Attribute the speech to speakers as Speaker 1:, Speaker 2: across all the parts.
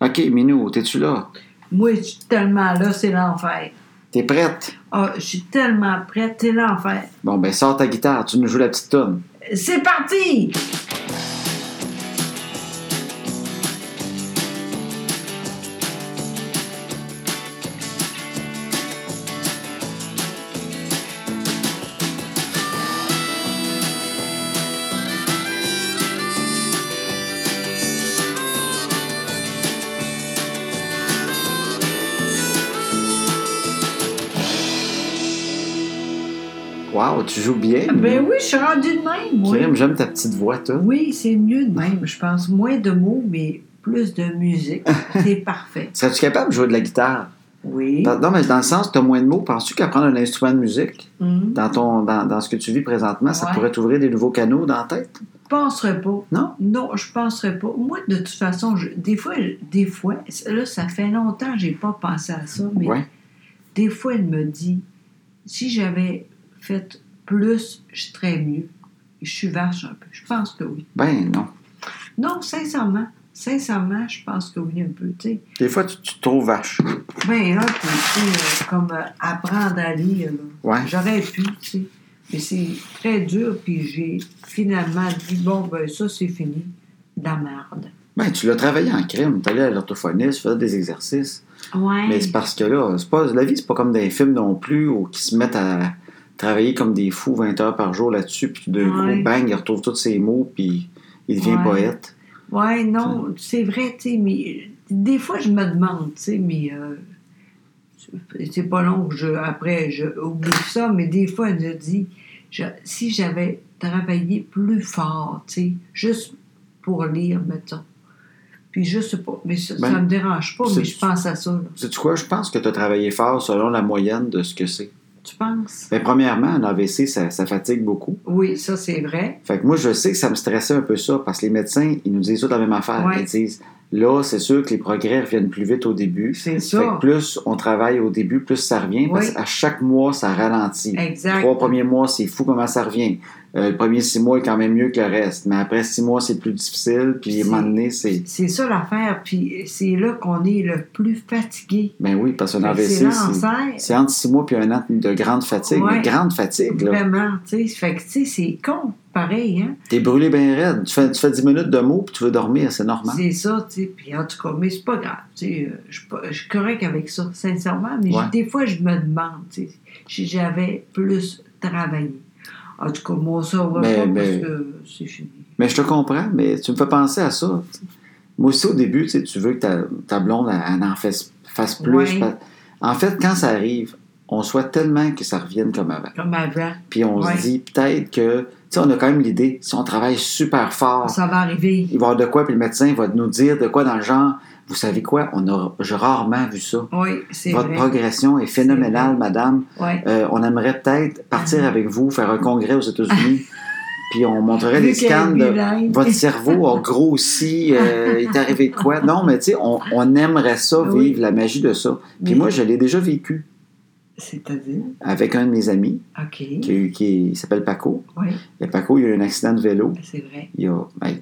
Speaker 1: OK, Minou, t'es-tu là?
Speaker 2: Moi, je suis tellement là, c'est l'enfer.
Speaker 1: T'es prête?
Speaker 2: Ah, je suis tellement prête, c'est l'enfer.
Speaker 1: Bon, ben, sors ta guitare, tu nous joues la petite tune.
Speaker 2: C'est parti!
Speaker 1: Wow, tu joues bien.
Speaker 2: Ben oui, je suis rendue de même, moi.
Speaker 1: Crime, j'aime ta petite voix, toi.
Speaker 2: Oui, c'est mieux de même. Je pense moins de mots, mais plus de musique. c'est parfait.
Speaker 1: Serais-tu capable de jouer de la guitare?
Speaker 2: Oui.
Speaker 1: Dans- Non, mais dans le sens, tu as moins de mots. Penses-tu qu'apprendre un instrument de musique,
Speaker 2: Hum.
Speaker 1: dans, ton, dans, dans ce que tu vis présentement, ça
Speaker 2: Ouais.
Speaker 1: pourrait t'ouvrir des nouveaux canaux dans la tête?
Speaker 2: Je penserais pas.
Speaker 1: Non?
Speaker 2: Non, je penserais pas. Moi, de toute façon, je- des fois, je- des fois, là, ça fait longtemps que j'ai pas pensé à ça, mais
Speaker 1: Ouais.
Speaker 2: des fois, elle me dit, si j'avais fait plus, je serais mieux. Je suis vache un peu. Je pense que oui.
Speaker 1: Ben, non.
Speaker 2: Non, sincèrement, sincèrement, je pense que oui un peu, tu sais.
Speaker 1: Des fois, tu, tu te trouves vache.
Speaker 2: Ben là, tu sais, euh, comme euh, apprendre à lire, là.
Speaker 1: Ouais.
Speaker 2: J'aurais pu, tu sais. Mais c'est très dur, puis j'ai finalement dit, bon, ben ça, c'est fini. De la merde.
Speaker 1: Ben, tu l'as travaillé en crime. Tu allé à l'orthophoniste, tu faisais des exercices.
Speaker 2: Ouais.
Speaker 1: Mais c'est parce que là, c'est pas, la vie, c'est pas comme des films non plus où qui se mettent à travailler comme des fous 20 heures par jour là-dessus, puis de gros
Speaker 2: Ouais.
Speaker 1: bang, il retrouve tous ses mots, puis il devient
Speaker 2: Ouais.
Speaker 1: poète.
Speaker 2: Ouais, non, c'est vrai, tu sais, mais des fois, je me demande, tu sais, mais euh, c'est- c'est pas long que je, après, je oublie ça, mais des fois, je dis, je- si j'avais travaillé plus fort, tu sais, juste pour lire, mettons. Puis je sais pas, mais ça,
Speaker 1: Ben,
Speaker 2: ça me dérange pas,
Speaker 1: c'est-
Speaker 2: mais je pense à ça, là.
Speaker 1: Sais-tu quoi? Je pense que tu as travaillé fort selon la moyenne de ce que c'est.
Speaker 2: Tu penses?
Speaker 1: Mais premièrement, un AVC, ça, ça fatigue beaucoup.
Speaker 2: Oui, ça, c'est vrai.
Speaker 1: Fait que moi, je sais que ça me stressait un peu ça, parce que les médecins, ils nous disent toute la même affaire.
Speaker 2: Ouais.
Speaker 1: Ils disent, là, c'est sûr que les progrès reviennent plus vite au début.
Speaker 2: C'est
Speaker 1: Fait que
Speaker 2: ça.
Speaker 1: plus on travaille au début, plus ça revient, parce
Speaker 2: Oui.
Speaker 1: qu'à chaque mois, ça ralentit.
Speaker 2: Exact.
Speaker 1: Trois premiers mois, c'est fou comment ça revient. Euh, le premier six mois est quand même mieux que le reste, mais après six mois, c'est plus difficile, puis à un
Speaker 2: C'est-
Speaker 1: moment donné, c'est...
Speaker 2: C'est ça l'affaire, puis c'est là qu'on est le plus fatigué.
Speaker 1: Ben oui, parce qu'un
Speaker 2: C'est
Speaker 1: AVC, c'est...
Speaker 2: l'enfer.
Speaker 1: C'est entre six mois puis un an de grande fatigue.
Speaker 2: Ouais.
Speaker 1: Mais grande fatigue, là.
Speaker 2: Vraiment, tu sais. Fait que, tu sais, c'est con, pareil, hein.
Speaker 1: T'es brûlé bien raide. Tu fais, tu fais 10 minutes de mots puis tu veux dormir, c'est normal.
Speaker 2: C'est ça, tu sais. Puis en tout cas, mais c'est pas grave, tu sais. euh, Je suis pas- je suis correct avec ça, sincèrement. Mais
Speaker 1: Ouais.
Speaker 2: j- des fois, je me demande, tu sais, si j'avais plus travaillé. En tout cas, moi, ça va
Speaker 1: Mais-
Speaker 2: pas
Speaker 1: mais-
Speaker 2: parce que c'est fini.
Speaker 1: Mais je te comprends, mais tu me fais penser à ça. tu sais. Moi aussi, au début, tu sais, tu veux que ta, ta blonde elle- elle en fasse, fasse plus.
Speaker 2: Ouais.
Speaker 1: fa- En fait, quand ça arrive, on souhaite tellement que ça revienne comme avant.
Speaker 2: Comme avant,
Speaker 1: Puis on
Speaker 2: Ouais.
Speaker 1: se dit peut-être que, tu sais, on a quand même l'idée, si on travaille super fort,
Speaker 2: ça va arriver.
Speaker 1: il va y avoir de quoi, puis le médecin va nous dire de quoi dans le genre, vous savez quoi, on a j'ai rarement vu ça.
Speaker 2: Oui, c'est
Speaker 1: Votre
Speaker 2: vrai.
Speaker 1: progression est phénoménale,
Speaker 2: vrai. Ah.
Speaker 1: madame.
Speaker 2: Ouais.
Speaker 1: Euh, on aimerait peut-être partir avec vous, faire un congrès aux États-Unis, puis on montrerait des
Speaker 2: Vu qu'elle
Speaker 1: scans
Speaker 2: est
Speaker 1: de
Speaker 2: bilingue.
Speaker 1: votre cerveau a grossi, euh, il est arrivé de quoi. Non, mais tu sais, on, on aimerait ça, vivre
Speaker 2: Oui.
Speaker 1: la magie de ça. Puis
Speaker 2: Mais-
Speaker 1: moi, je l'ai déjà vécu
Speaker 2: C'est-à-dire?
Speaker 1: avec un de mes amis
Speaker 2: OK.
Speaker 1: qui, a eu- qui s'appelle Paco.
Speaker 2: Oui,
Speaker 1: Et Paco, il y a eu un accident de vélo.
Speaker 2: c'est vrai.
Speaker 1: Il y a. ben,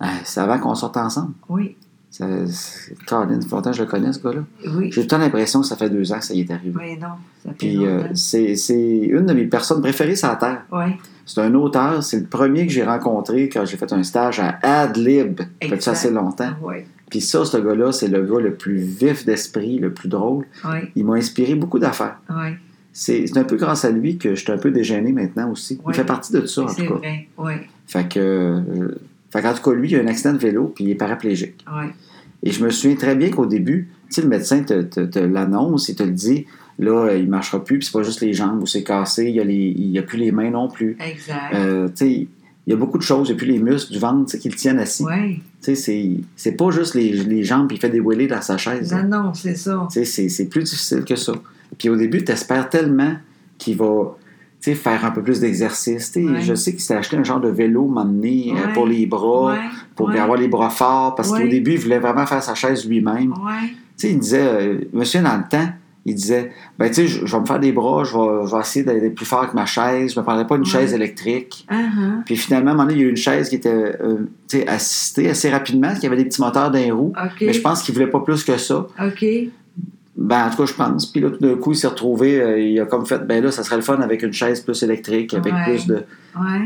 Speaker 1: ah, c'est avant qu'on sorte ensemble.
Speaker 2: Oui,
Speaker 1: Ça, c'est- Caroline, ça fait longtemps que je le connais, ce gars-là.
Speaker 2: oui.
Speaker 1: J'ai tant l'impression que ça fait deux ans que ça y est arrivé.
Speaker 2: Oui, non, ça fait
Speaker 1: Puis euh,
Speaker 2: longtemps.
Speaker 1: c'est c'est une de mes personnes préférées sur la Terre.
Speaker 2: Oui,
Speaker 1: C'est un auteur, c'est le premier que j'ai rencontré quand j'ai fait un stage à Adlib. Fait que ça,
Speaker 2: Exact.
Speaker 1: c'est longtemps.
Speaker 2: oui,
Speaker 1: Puis ça, ce gars-là, c'est le gars le plus vif d'esprit, le plus drôle.
Speaker 2: oui,
Speaker 1: Il m'a inspiré beaucoup d'affaires.
Speaker 2: oui.
Speaker 1: C'est c'est un peu grâce à lui que je suis un peu dégêné maintenant aussi. Il
Speaker 2: Ouais.
Speaker 1: fait partie de ça, en
Speaker 2: C'est
Speaker 1: tout cas.
Speaker 2: vrai, oui,
Speaker 1: Fait que, euh, fait qu'en tout cas, lui, il a un accident de vélo, puis il est paraplégique.
Speaker 2: oui.
Speaker 1: Et je me souviens très bien qu'au début, tu sais, le médecin te, te- te l'annonce, il te le dit, là, euh, il ne marchera plus, puis c'est pas juste les jambes où c'est cassé, il y a, les- il y a plus les mains non plus.
Speaker 2: Exact.
Speaker 1: Euh, tu sais, il y a beaucoup de choses, il n'y a plus les muscles du ventre tu sais, qui le tiennent assis.
Speaker 2: oui.
Speaker 1: Tu sais, c'est, c'est pas juste les, les jambes, puis il fait des wheelies dans sa chaise.
Speaker 2: Non,
Speaker 1: là.
Speaker 2: non, c'est ça.
Speaker 1: Tu sais, c'est, c'est plus difficile que ça. Puis au début, tu espères tellement qu'il va tu sais, faire un peu plus d'exercice. Tu sais,
Speaker 2: Ouais.
Speaker 1: Je sais qu'il s'est acheté un genre de vélo, un moment donné, euh,
Speaker 2: Ouais.
Speaker 1: pour les bras,
Speaker 2: Ouais,
Speaker 1: pour
Speaker 2: ouais,
Speaker 1: avoir les bras forts, parce qu'au
Speaker 2: Ouais.
Speaker 1: début, il voulait vraiment faire sa chaise lui-même.
Speaker 2: ouais.
Speaker 1: Tu sais, il disait, euh, monsieur, dans le temps, il disait ben tu sais, je, je vais me faire des bras, je vais, je vais essayer d'être plus fort que ma chaise, je me prendrai pas une
Speaker 2: Ouais.
Speaker 1: chaise électrique.
Speaker 2: Ah, ah.
Speaker 1: Puis finalement, à un moment donné, il y a eu une chaise qui était euh, tu sais, assistée assez rapidement, qui avait des petits moteurs d'un roue.
Speaker 2: OK.
Speaker 1: Mais je pense qu'il voulait pas plus que ça.
Speaker 2: OK.
Speaker 1: Ben, en tout cas, je pense. Puis là, tout d'un coup, il s'est retrouvé, euh, il a comme fait, ben là, ça serait le fun avec une chaise plus électrique, avec
Speaker 2: Ouais.
Speaker 1: plus de.
Speaker 2: Ouais.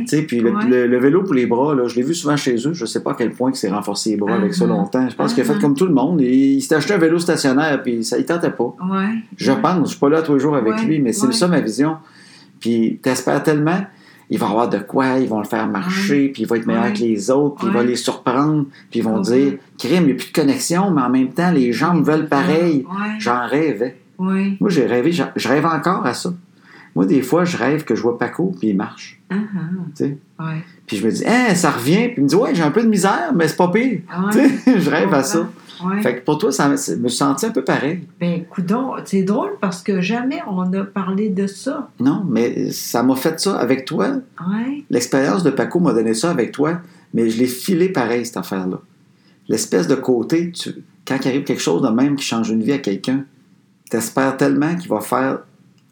Speaker 1: Tu sais, puis le,
Speaker 2: Ouais.
Speaker 1: le- le vélo pour les bras, là, je l'ai vu souvent chez eux, je sais pas à quel point il s'est renforcé les bras avec ça
Speaker 2: Ah, ah.
Speaker 1: longtemps. Je pense qu'il a
Speaker 2: Ah,
Speaker 1: fait
Speaker 2: ah.
Speaker 1: comme tout le monde. Il, il s'est acheté un vélo stationnaire, puis ça, il tentait pas.
Speaker 2: Ouais.
Speaker 1: Je pense, je suis pas là tous les jours avec
Speaker 2: Ouais,
Speaker 1: lui, mais c'est
Speaker 2: ouais.
Speaker 1: ça ma vision. Puis t'espères tellement, il va avoir de quoi, ils vont le faire marcher, puis il va être meilleur
Speaker 2: Ouais.
Speaker 1: que les autres, puis il va
Speaker 2: Ouais.
Speaker 1: les surprendre, puis ils vont
Speaker 2: Ouais.
Speaker 1: dire, crime, il n'y a plus de connexion, mais en même temps, les gens me veulent pareil.
Speaker 2: Ouais.
Speaker 1: J'en rêvais.
Speaker 2: Ouais.
Speaker 1: Moi, j'ai rêvé, je je rêve encore à ça. Moi, des fois, je rêve que je vois Paco, puis il marche.
Speaker 2: Ah, ah.
Speaker 1: Tu sais.
Speaker 2: Ouais.
Speaker 1: Puis je me dis, hein, ça revient. Puis il me dit, ouais, j'ai un peu de misère, mais c'est pas pire.
Speaker 2: Ah,
Speaker 1: Tu
Speaker 2: ouais.
Speaker 1: sais, je rêve à ça.
Speaker 2: Ouais.
Speaker 1: Fait que pour toi, ça me je me suis senti un peu pareil.
Speaker 2: Ben, coudon, c'est drôle parce que jamais on a parlé de ça.
Speaker 1: Non, mais ça m'a fait ça avec toi.
Speaker 2: Ouais.
Speaker 1: L'expérience de Paco m'a donné ça avec toi, mais je l'ai filé pareil, cette affaire-là. L'espèce de côté, tu- quand il arrive quelque chose de même qui change une vie à quelqu'un, t'espères tellement qu'il va faire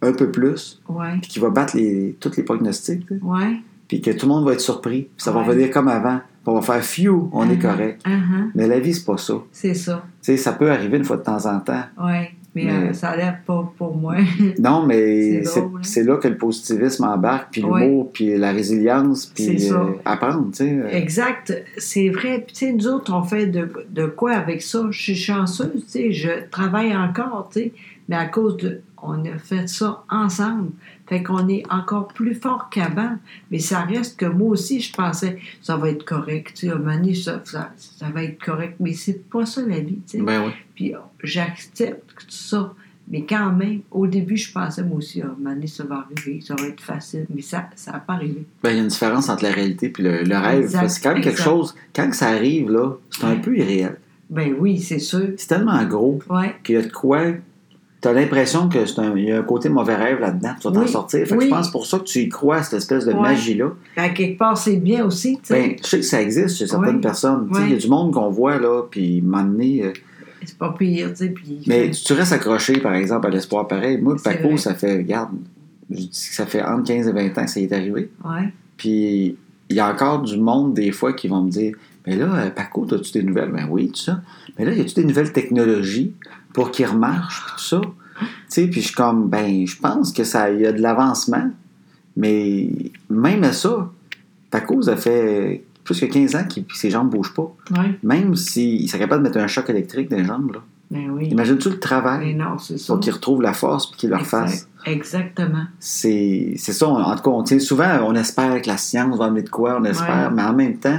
Speaker 1: un peu plus,
Speaker 2: Ouais.
Speaker 1: puis qu'il va battre les, tous les prognostics. tu sais.
Speaker 2: Ouais.
Speaker 1: puis que tout le monde va être surpris, puis ça va
Speaker 2: Ouais.
Speaker 1: revenir comme avant, puis on va faire fiou, on est
Speaker 2: Ah,
Speaker 1: correct.
Speaker 2: Ah, ah.
Speaker 1: Mais la vie, c'est pas ça.
Speaker 2: C'est ça.
Speaker 1: Tu sais, ça peut arriver une fois de temps en temps.
Speaker 2: Ouais. Mais,
Speaker 1: Mais-
Speaker 2: euh, ça a l'air pas pour moi.
Speaker 1: Non, mais
Speaker 2: Mm. C'est
Speaker 1: c'est
Speaker 2: drôle, hein.
Speaker 1: c'est là que le positivisme embarque, puis
Speaker 2: Ouais.
Speaker 1: l'humour, puis la résilience,
Speaker 2: C'est
Speaker 1: puis
Speaker 2: ça.
Speaker 1: euh, apprendre, tu sais. euh,
Speaker 2: Exact, c'est vrai. Puis, tu sais, nous autres, on fait de, de quoi avec ça? Je suis chanceuse, tu sais, je travaille encore, tu sais, mais à cause de. On a fait ça ensemble. Fait qu'on est encore plus fort qu'avant. Mais ça reste que moi aussi, je pensais, ça va être correct, tu sais, à un moment donné, ça, ça, ça va être correct. Mais c'est pas ça la vie, tu sais.
Speaker 1: Ben oui.
Speaker 2: Puis, j'accepte ça. Mais quand même, au début, je pensais, moi aussi, à un moment donné, ça va arriver, ça va être facile. Mais ça, ça n'a pas arrivé.
Speaker 1: Ben, il y a une différence entre la réalité puis le, le rêve.
Speaker 2: Exact,
Speaker 1: Parce que quand quelque
Speaker 2: exact.
Speaker 1: chose, quand que ça arrive, là, c'est un
Speaker 2: Ouais.
Speaker 1: peu irréel.
Speaker 2: Ben oui, c'est sûr.
Speaker 1: C'est tellement gros
Speaker 2: Ouais.
Speaker 1: qu'il y a de quoi... T'as l'impression que c'est un, il y a un côté mauvais rêve là-dedans, tu vas t'en
Speaker 2: Oui.
Speaker 1: sortir. Fait que
Speaker 2: Oui.
Speaker 1: je pense pour ça que tu y crois, cette espèce de
Speaker 2: Ouais.
Speaker 1: magie-là.
Speaker 2: À quelque part, c'est bien aussi, tu sais.
Speaker 1: Ben, je sais que ça existe chez certaines
Speaker 2: Ouais.
Speaker 1: personnes. Tu sais, Il y a
Speaker 2: Ouais.
Speaker 1: du monde qu'on voit, là, puis à un moment donné, euh,
Speaker 2: c'est pas pire, tu sais. Puis,
Speaker 1: Mais tu, tu restes accroché, par exemple, à l'espoir pareil. Moi,
Speaker 2: C'est
Speaker 1: Paco,
Speaker 2: vrai.
Speaker 1: ça fait, regarde, je dis que ça fait entre 15 et 20 ans que ça y est arrivé.
Speaker 2: Ouais.
Speaker 1: Puis il y a encore du monde, des fois, qui vont me dire Mais là, euh, Paco, as-tu des nouvelles Ben oui, tout ça. Mais là, y a-tu des nouvelles technologies pour qu'il remarche, puis tout ça Tu sais, puis je suis comme Ben, je pense que ça y a de l'avancement, mais même à ça, Paco, ça fait plus que 15 ans que ses jambes bougent pas.
Speaker 2: Ouais.
Speaker 1: Même s'il serait capable de mettre un choc électrique dans les jambes, là.
Speaker 2: Ben oui.
Speaker 1: Imagine-tu le travail
Speaker 2: Mais non, c'est ça.
Speaker 1: pour qu'ils retrouvent la force puis qu'ils leur
Speaker 2: Exact-
Speaker 1: fassent.
Speaker 2: Exactement.
Speaker 1: C'est c'est ça, on- en tout cas, on, tu sais, souvent, on espère que la science va amener de quoi, on espère,
Speaker 2: Ouais.
Speaker 1: mais en même temps,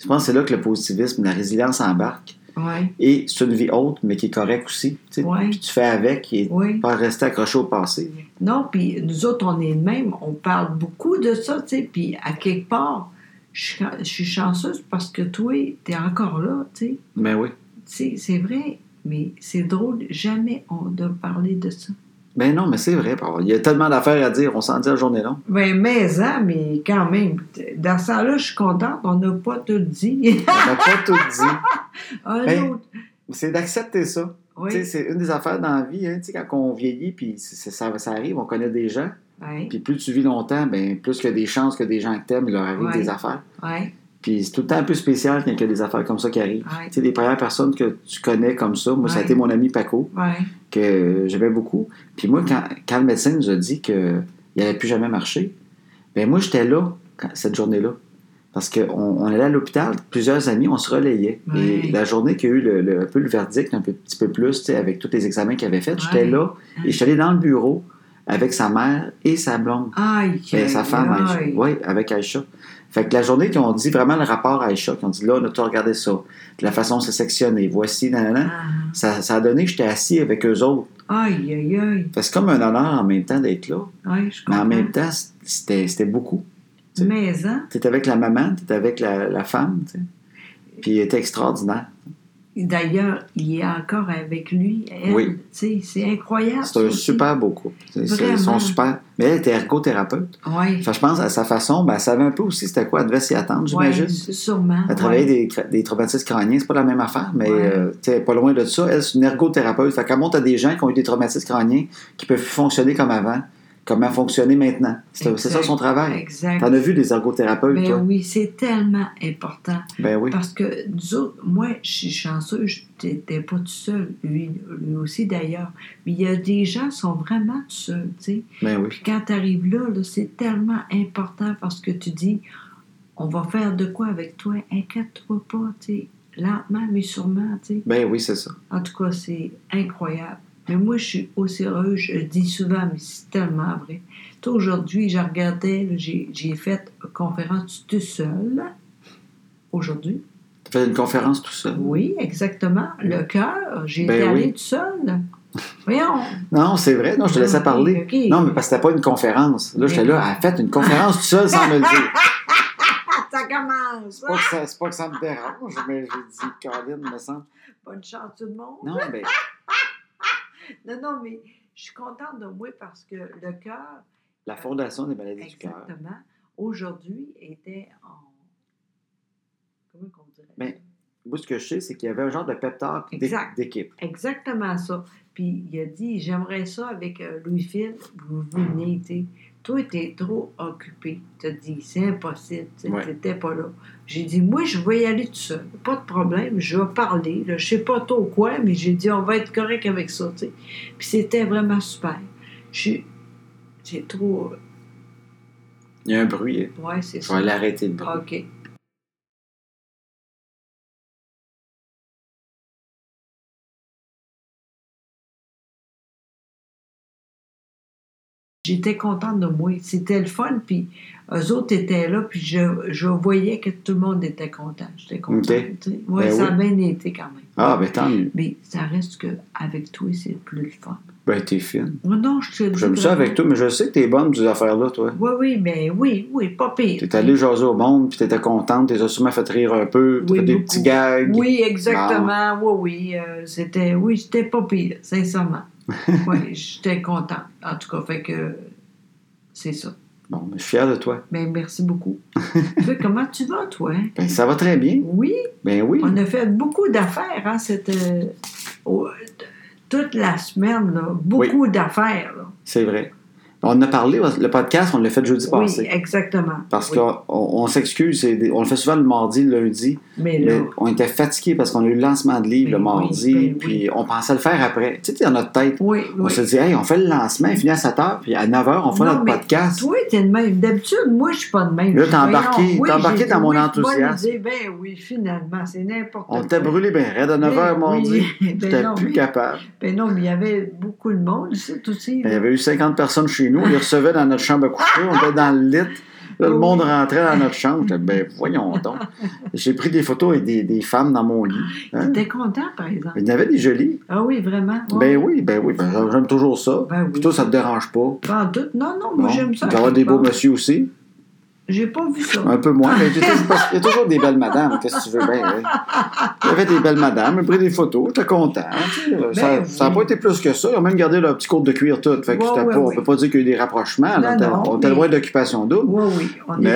Speaker 1: je pense que c'est là que le positivisme, la résilience embarque.
Speaker 2: Ouais.
Speaker 1: Et c'est une vie haute, mais qui est correcte aussi. tu sais.
Speaker 2: Ouais.
Speaker 1: Puis tu fais avec et
Speaker 2: Oui.
Speaker 1: pas rester accroché au passé.
Speaker 2: Non, puis nous autres, on est de même. On parle beaucoup de ça, tu sais. Puis, à quelque part, je suis- je suis chanceuse parce que toi, t'es encore là, tu sais.
Speaker 1: Ben oui.
Speaker 2: Tu sais, c'est vrai. Mais c'est drôle, jamais on a parlé de ça.
Speaker 1: Ben non, mais c'est vrai. par- Il y a tellement d'affaires à dire, on s'en dit la journée longue.
Speaker 2: Ben, mais, hein, mais quand même, dans ça, là, je suis contente, on n'a pas tout dit.
Speaker 1: On n'a pas tout dit.
Speaker 2: Un
Speaker 1: Ben,
Speaker 2: autre.
Speaker 1: C'est d'accepter ça.
Speaker 2: Oui.
Speaker 1: Tu sais, C'est une des affaires dans la vie, hein, tu sais, quand on vieillit, puis c'est- c'est- ça, ça arrive, on connaît des gens.
Speaker 2: Ouais.
Speaker 1: Puis plus tu vis longtemps, ben plus que des chances que des gens que t'aimes, il leur arrive
Speaker 2: Ouais.
Speaker 1: des affaires.
Speaker 2: Ouais.
Speaker 1: Puis c'est tout le temps un peu spécial quand il y a des affaires comme ça qui arrivent.
Speaker 2: Ouais.
Speaker 1: Tu sais, les premières personnes que tu connais comme ça, moi, ça a
Speaker 2: Ouais.
Speaker 1: été mon ami Paco,
Speaker 2: Ouais.
Speaker 1: que euh, j'aimais beaucoup. Puis moi, quand, quand le médecin nous a dit qu'il n'allait plus jamais marcher, ben moi, j'étais là, quand- cette journée-là. Parce qu'on on allait à l'hôpital, plusieurs amis, on se relayait.
Speaker 2: Ouais.
Speaker 1: Et la journée qu'il y a eu le, le- un peu le verdict, un peu- petit peu plus, tu sais, avec tous les examens qu'il avait fait, j'étais
Speaker 2: Ouais.
Speaker 1: là et j'étais allé dans le bureau avec sa mère et sa blonde.
Speaker 2: Aïe,
Speaker 1: Ben, sa femme, Aïcha.
Speaker 2: aïe.
Speaker 1: Oui, avec Aïcha. Fait que la journée qu'ils ont dit vraiment le rapport à Aïcha, qu'ils ont dit là, on a tout regardé ça, de la façon dont c'est sectionné, voici, nanana,
Speaker 2: Ah,
Speaker 1: ça, ça a donné que j'étais assis avec eux autres.
Speaker 2: Aïe, aïe, aïe.
Speaker 1: Fait que c'est comme un honneur en même temps d'être là,
Speaker 2: Ouais, je
Speaker 1: mais
Speaker 2: comprends.
Speaker 1: en même temps, c'était c'était beaucoup. temps-
Speaker 2: Mais, hein,
Speaker 1: T'es avec la maman, t'es avec la, la femme, tu sais. Puis était extraordinaire.
Speaker 2: D'ailleurs, il est encore avec lui. Elle,
Speaker 1: Oui.
Speaker 2: tu sais, C'est incroyable.
Speaker 1: C'est un
Speaker 2: ça aussi.
Speaker 1: super beau couple. C'est- c'est- Ils
Speaker 2: Vraiment.
Speaker 1: sont super. Mais elle était ergothérapeute.
Speaker 2: Ouais.
Speaker 1: Fait que je pense, à sa façon, ben, elle savait un peu aussi c'était quoi, elle devait s'y attendre, j'imagine.
Speaker 2: Ouais, sûrement.
Speaker 1: Elle travaillait
Speaker 2: ouais.
Speaker 1: des, cra- des traumatismes crâniens, c'est pas la même affaire, mais
Speaker 2: Ouais.
Speaker 1: euh, tu sais, pas loin de ça. Elle, c'est une ergothérapeute. Fait qu'elle montre à des gens qui ont eu des traumatismes crâniens qui peuvent fonctionner comme avant, comment fonctionner maintenant. C'est c'est ça
Speaker 2: Exact.
Speaker 1: son travail.
Speaker 2: Exact.
Speaker 1: T'en as vu des ergothérapeutes,
Speaker 2: Ben
Speaker 1: toi?
Speaker 2: oui, Ah. c'est tellement important.
Speaker 1: Ben oui.
Speaker 2: Parce que nous autres, moi, je suis chanceux, je n'étais pas tout seul, lui, lui aussi d'ailleurs. Mais il y a des gens qui sont vraiment tout seuls, tu sais.
Speaker 1: Ben oui.
Speaker 2: Puis quand tu arrives là, là, c'est tellement important parce que tu dis, on va faire de quoi avec toi, inquiète-toi pas, tu sais. Lentement, mais sûrement, tu sais.
Speaker 1: Ben oui, c'est ça.
Speaker 2: En tout cas, c'est incroyable. Mais moi, je suis aussi heureuse, je le dis souvent, mais c'est tellement vrai. Tu sais, Aujourd'hui, je regardais, là, j'ai j'ai fait une conférence tout seul. Aujourd'hui.
Speaker 1: Tu fais une conférence tout seul?
Speaker 2: Oui, exactement. Le cœur, j'ai
Speaker 1: Ben
Speaker 2: été allée
Speaker 1: oui.
Speaker 2: tout seul. Voyons.
Speaker 1: Non, c'est vrai. Non, je te laissais
Speaker 2: Ok,
Speaker 1: parler.
Speaker 2: ok.
Speaker 1: Non, mais parce que c'était pas une conférence. Là, j'étais là, elle a fait une conférence tout seul sans me le dire.
Speaker 2: Ah, ça commence.
Speaker 1: C'est pas que ça, c'est pas que ça me dérange, mais j'ai dit, Caroline, me semble.
Speaker 2: Bonne chance tout le monde.
Speaker 1: Non, ben,
Speaker 2: Non, non, mais je suis contente de moi parce que le cœur,
Speaker 1: la Fondation des maladies du cœur.
Speaker 2: exactement, aujourd'hui était en... Comment qu'on dirait?
Speaker 1: Ben, Moi, ce que je sais, c'est qu'il y avait un genre de pep talk d'é-
Speaker 2: Exact.
Speaker 1: d'équipe.
Speaker 2: Exactement ça. Puis il a dit J'aimerais ça avec euh, Louis-Phil, vous venez, tu sais. Toi, t'es trop occupé. T'as dit C'est impossible, tu sais,
Speaker 1: Ouais.
Speaker 2: t'étais pas là. J'ai dit Moi, je vais y aller tout seul. Pas de problème, je vais parler. Là. Je sais pas trop quoi, mais j'ai dit On va être correct avec ça, tu sais. Puis c'était vraiment super. Je suis- C'est trop.
Speaker 1: Il y a un bruit. hein.
Speaker 2: Ouais, c'est
Speaker 1: Je
Speaker 2: ça. Ah,
Speaker 1: vais l'arrêter de bruit.
Speaker 2: OK. J'étais contente de moi. C'était le fun, puis eux autres étaient là, puis je, je voyais que tout le monde était content. J'étais contente.
Speaker 1: Ok.
Speaker 2: tu sais. Ouais,
Speaker 1: Ben
Speaker 2: ça a
Speaker 1: oui.
Speaker 2: bien été quand même.
Speaker 1: Ah, ben tant mieux.
Speaker 2: Mais ça reste que avec toi, c'est plus le fun.
Speaker 1: Ben, t'es fine.
Speaker 2: Oh non, je te le dis
Speaker 1: J'aime ça
Speaker 2: vraiment.
Speaker 1: avec toi, mais je sais que t'es bonne pour ces affaires-là, toi.
Speaker 2: Oui, oui, mais oui, oui, pas pire.
Speaker 1: T'es allée jaser au monde, puis t'étais contente, t'es sûrement fait rire un peu, t'as
Speaker 2: Oui,
Speaker 1: fait des
Speaker 2: beaucoup.
Speaker 1: petits gags.
Speaker 2: Oui, exactement. Oui, oui. euh, c'était, oui, j'étais pas pire, sincèrement. oui, j'étais contente. En tout cas, fait que c'est ça.
Speaker 1: Bon, mais je suis fier de toi.
Speaker 2: Mais merci beaucoup. Fait, comment tu vas, toi? hein?
Speaker 1: Ben, ça va très bien.
Speaker 2: Oui,
Speaker 1: Ben oui.
Speaker 2: on a fait beaucoup d'affaires, hein, cette, euh, au- t- toute la semaine, là, beaucoup d'affaires. là.
Speaker 1: C'est vrai. On en a parlé, le podcast, on l'a fait jeudi
Speaker 2: Oui,
Speaker 1: passé.
Speaker 2: exactement.
Speaker 1: Parce
Speaker 2: Oui.
Speaker 1: qu'on on s'excuse, c'est des- on le fait souvent le mardi, le lundi,
Speaker 2: Mais là,
Speaker 1: mais on était fatigués parce qu'on a eu le lancement de livre le
Speaker 2: Ben oui,
Speaker 1: mardi,
Speaker 2: ben oui.
Speaker 1: puis on pensait le faire après. Tu sais, dans notre tête,
Speaker 2: oui,
Speaker 1: on
Speaker 2: oui.
Speaker 1: se dit, hey, on fait le lancement, il finit à 7 h, puis à 9 h, on fait
Speaker 2: Non,
Speaker 1: notre
Speaker 2: mais
Speaker 1: podcast.
Speaker 2: Toi, t'es de même. D'habitude, moi, je suis pas de même.
Speaker 1: Là,
Speaker 2: Je
Speaker 1: t'as
Speaker 2: dis,
Speaker 1: embarqué-
Speaker 2: voyons,
Speaker 1: t'as embarqué
Speaker 2: j'ai-
Speaker 1: dans mon
Speaker 2: oui, bonne
Speaker 1: enthousiasme.
Speaker 2: idée. Ben oui, finalement, c'est n'importe quoi.
Speaker 1: on t'a brûlé bien raide à 9 h
Speaker 2: Ben
Speaker 1: mardi.
Speaker 2: oui, ben
Speaker 1: J'étais
Speaker 2: non,
Speaker 1: plus
Speaker 2: mais-
Speaker 1: capable.
Speaker 2: Ben non, mais il y avait beaucoup de monde ici, tout aussi.
Speaker 1: Ben, Il y
Speaker 2: là.
Speaker 1: avait eu 50 personnes chez nous, on les recevait dans notre chambre à coucher, on était dans le lit. Là, le
Speaker 2: Oui.
Speaker 1: monde rentrait dans notre chambre. J'étais, ben, voyons donc. J'ai pris des photos avec des, des femmes dans mon lit. hein.
Speaker 2: T'étais content, par exemple.
Speaker 1: Il y en avait des jolies.
Speaker 2: Ah oui, vraiment.
Speaker 1: Ben oui, ben oui, ben j'aime- j'aime toujours ça.
Speaker 2: Ben oui.
Speaker 1: Puis toi, ça te dérange pas.
Speaker 2: Pas en doute. Non, non,
Speaker 1: Bon.
Speaker 2: moi, j'aime ça.
Speaker 1: Il doit y avoir des
Speaker 2: Bon,
Speaker 1: beaux messieurs aussi.
Speaker 2: J'ai pas vu ça.
Speaker 1: Un peu moins, mais il y a toujours- il y a toujours des belles madames. Qu'est-ce que tu veux? Ben, oui. Il y avait des belles madames, j'ai pris des photos, j'étais content. hein, tu sais. ça n'a
Speaker 2: Ben oui.
Speaker 1: pas été plus que ça. Ils ont même gardé leur petit courte de cuir tout. Fait que
Speaker 2: Ouais,
Speaker 1: c'était
Speaker 2: ouais,
Speaker 1: pas- on
Speaker 2: ouais.
Speaker 1: peut pas dire qu'il y a eu des rapprochements. là. on
Speaker 2: Non,
Speaker 1: était-
Speaker 2: non,
Speaker 1: on était
Speaker 2: mais-
Speaker 1: loin d'occupation double.
Speaker 2: Oui, oui, on
Speaker 1: Mais-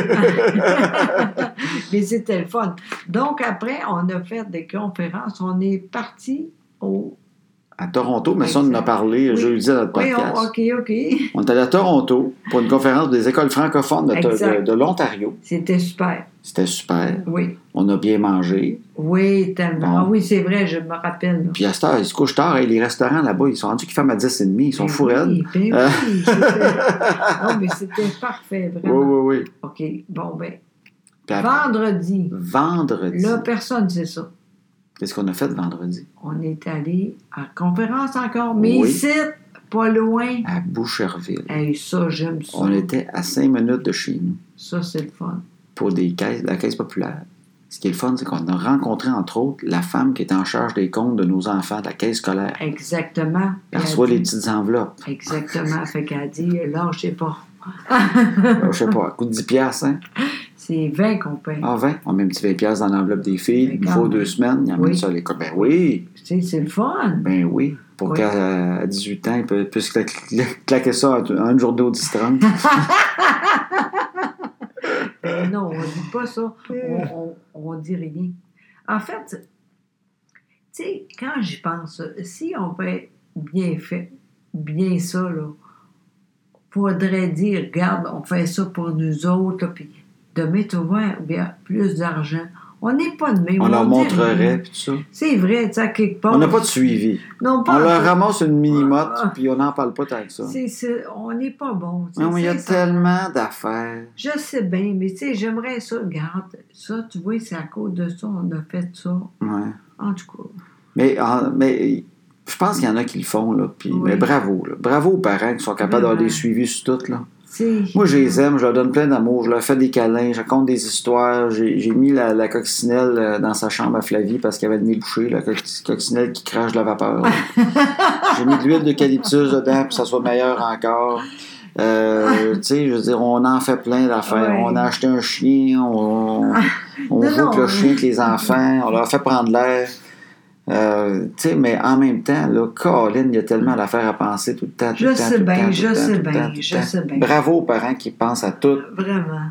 Speaker 2: pas de même. Mais c'était le fun. Donc, après, on a fait des conférences. On est parti au.
Speaker 1: À Toronto, mais ça, on en a
Speaker 2: Exact.
Speaker 1: parlé
Speaker 2: Oui.
Speaker 1: jeudi dans notre
Speaker 2: Oui,
Speaker 1: podcast.
Speaker 2: on- OK, OK.
Speaker 1: on... est allé à Toronto pour une conférence des écoles francophones de,
Speaker 2: Exact.
Speaker 1: de- de l'Ontario.
Speaker 2: C'était super.
Speaker 1: C'était super.
Speaker 2: Oui.
Speaker 1: On a bien mangé.
Speaker 2: Oui, tellement.
Speaker 1: Bon.
Speaker 2: Ah oui, c'est vrai, je me rappelle. là.
Speaker 1: Puis à cette heure, ils se couchent tard. Hey, les restaurants là-bas, ils sont rendus qu'ils ferment à 10h30. Ils sont
Speaker 2: Ben
Speaker 1: fous
Speaker 2: oui,
Speaker 1: raides.
Speaker 2: ben oui,
Speaker 1: Euh.
Speaker 2: c'était- non, mais c'était parfait,
Speaker 1: Oui,
Speaker 2: vraiment.
Speaker 1: oui, oui.
Speaker 2: OK, bon, ben,
Speaker 1: Puis après-
Speaker 2: vendredi,
Speaker 1: vendredi.
Speaker 2: là, personne c'est ça.
Speaker 1: Qu'est-ce qu'on a fait vendredi?
Speaker 2: On est allé à conférence encore, mais
Speaker 1: Oui.
Speaker 2: ici, pas loin.
Speaker 1: À Boucherville.
Speaker 2: Hey, ça, j'aime ça.
Speaker 1: On était à 5 minutes de chez nous
Speaker 2: Ça, c'est le fun.
Speaker 1: pour des caisses, la caisse populaire. Ce qui est le fun, c'est qu'on a rencontré, entre autres, la femme qui est en charge des comptes de nos enfants de la caisse scolaire.
Speaker 2: Exactement.
Speaker 1: Elle
Speaker 2: Puis
Speaker 1: reçoit
Speaker 2: elle
Speaker 1: les
Speaker 2: dit-
Speaker 1: petites enveloppes.
Speaker 2: Exactement. fait qu'elle dit, là, je sais pas.
Speaker 1: Euh, je sais pas, coûte 10 piastres, hein?
Speaker 2: C'est 20 qu'on paye.
Speaker 1: Ah, 20. On met un petit 20$ piastres dans l'enveloppe des filles. Il
Speaker 2: Cinquante.
Speaker 1: faut deux semaines. Ils amènent
Speaker 2: Oui.
Speaker 1: ça à l'école. Ben oui.
Speaker 2: Tu sais, c'est le fun.
Speaker 1: Ben oui. Pour
Speaker 2: Oui.
Speaker 1: qu'à 18 ans, ils peut- puissent cla- cla- claquer ça en un jour d'eau 10-30.
Speaker 2: Mais non, on dit pas ça. On, on, on dit rien. En fait, tu sais, quand j'y pense, si on fait bien fait, bien ça, là, faudrait dire, regarde, on fait ça pour nous autres, là, puis de mettre au moins bien, plus d'argent. On n'est pas de même.
Speaker 1: on leur
Speaker 2: dit
Speaker 1: montrerait,
Speaker 2: rien.
Speaker 1: puis tout ça.
Speaker 2: C'est vrai, tu sais, à quelque part.
Speaker 1: On n'a pas de suivi.
Speaker 2: Non, pas
Speaker 1: On leur
Speaker 2: en-
Speaker 1: ramasse une minimote,
Speaker 2: Ah.
Speaker 1: puis on n'en parle pas tant que ça.
Speaker 2: c'est- c'est- on n'est pas bon. tu sais,
Speaker 1: Non, mais il y a
Speaker 2: c'est ça.
Speaker 1: tellement d'affaires.
Speaker 2: Je sais bien, mais tu sais, j'aimerais ça, regarde. Ça, tu vois, c'est à cause de ça, on a fait ça.
Speaker 1: Ouais.
Speaker 2: En tout cas.
Speaker 1: Mais, en- mais je pense qu'il y en a qui le font, là. puis-
Speaker 2: Oui.
Speaker 1: Mais bravo, là. Bravo aux parents qui sont capables d'avoir
Speaker 2: Vraiment.
Speaker 1: des suivis sur tout, là.
Speaker 2: C'est-
Speaker 1: Moi, je les aime, je leur donne plein d'amour, je leur fais des câlins, je raconte des histoires. J'ai j'ai mis la, la coccinelle euh, dans sa chambre à Flavie parce qu'elle avait le nez bouché, la co- coccinelle qui crache de la vapeur. là. J'ai mis de l'huile d'eucalyptus dedans pour que ça soit meilleur encore. Euh, tu sais, je veux dire, on en fait plein d'affaires.
Speaker 2: Ouais.
Speaker 1: On a acheté un chien, on, on
Speaker 2: Non,
Speaker 1: joue avec
Speaker 2: non.
Speaker 1: le chien avec les enfants, on leur fait prendre l'air. Euh, tu sais, mais en même temps, là, Colin, il y a tellement d'affaires à penser tout le temps. tout
Speaker 2: Mm. Je
Speaker 1: le temps,
Speaker 2: sais
Speaker 1: tout le
Speaker 2: bien,
Speaker 1: temps, tout
Speaker 2: je
Speaker 1: le temps,
Speaker 2: sais
Speaker 1: tout le
Speaker 2: bien,
Speaker 1: temps, tout le
Speaker 2: je
Speaker 1: temps.
Speaker 2: sais bien.
Speaker 1: Bravo aux parents qui pensent à tout.
Speaker 2: Vraiment.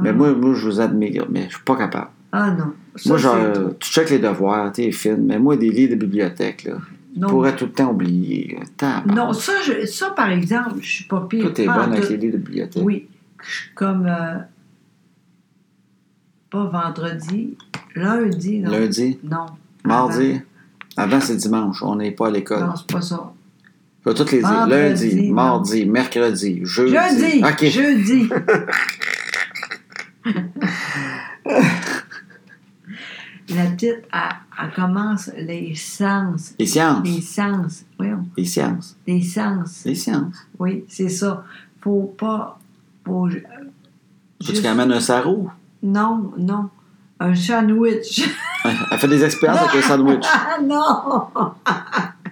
Speaker 1: Mais
Speaker 2: Ah.
Speaker 1: moi, moi, je vous admire, mais je suis pas capable.
Speaker 2: Ah non. Ça,
Speaker 1: moi,
Speaker 2: c'est
Speaker 1: genre,
Speaker 2: tout.
Speaker 1: tu checkes les devoirs, t'es fine, mais moi, des livres de bibliothèque, là, je
Speaker 2: Non,
Speaker 1: pourrais tout le temps oublier. Tant,
Speaker 2: non ça, je- ça, par exemple, je suis pas pire.
Speaker 1: Tout est
Speaker 2: pas en
Speaker 1: bonne avec
Speaker 2: tout.
Speaker 1: les livres de bibliothèque.
Speaker 2: Oui. Je suis Comme. euh, pas vendredi, lundi, non.
Speaker 1: Lundi,
Speaker 2: Non.
Speaker 1: mardi. Avant, c'est dimanche. On n'est pas à l'école.
Speaker 2: Non, c'est pas ça.
Speaker 1: Je vais toutes les dire.
Speaker 2: Vendredi,
Speaker 1: Lundi,
Speaker 2: non.
Speaker 1: mardi, mercredi, jeudi.
Speaker 2: Jeudi!
Speaker 1: OK.
Speaker 2: Jeudi! La petite, elle, elle commence les sens.
Speaker 1: Les sciences.
Speaker 2: Les sens. Voyons.
Speaker 1: Les sciences.
Speaker 2: Les sens.
Speaker 1: Les sciences.
Speaker 2: Oui, c'est ça. Faut pas. Faut. ju-
Speaker 1: Faut-tu
Speaker 2: juste-
Speaker 1: qu'elle amène un sarreau?
Speaker 2: Non, non. Un sandwich.
Speaker 1: Elle fait des expériences avec un sandwich.
Speaker 2: ah non!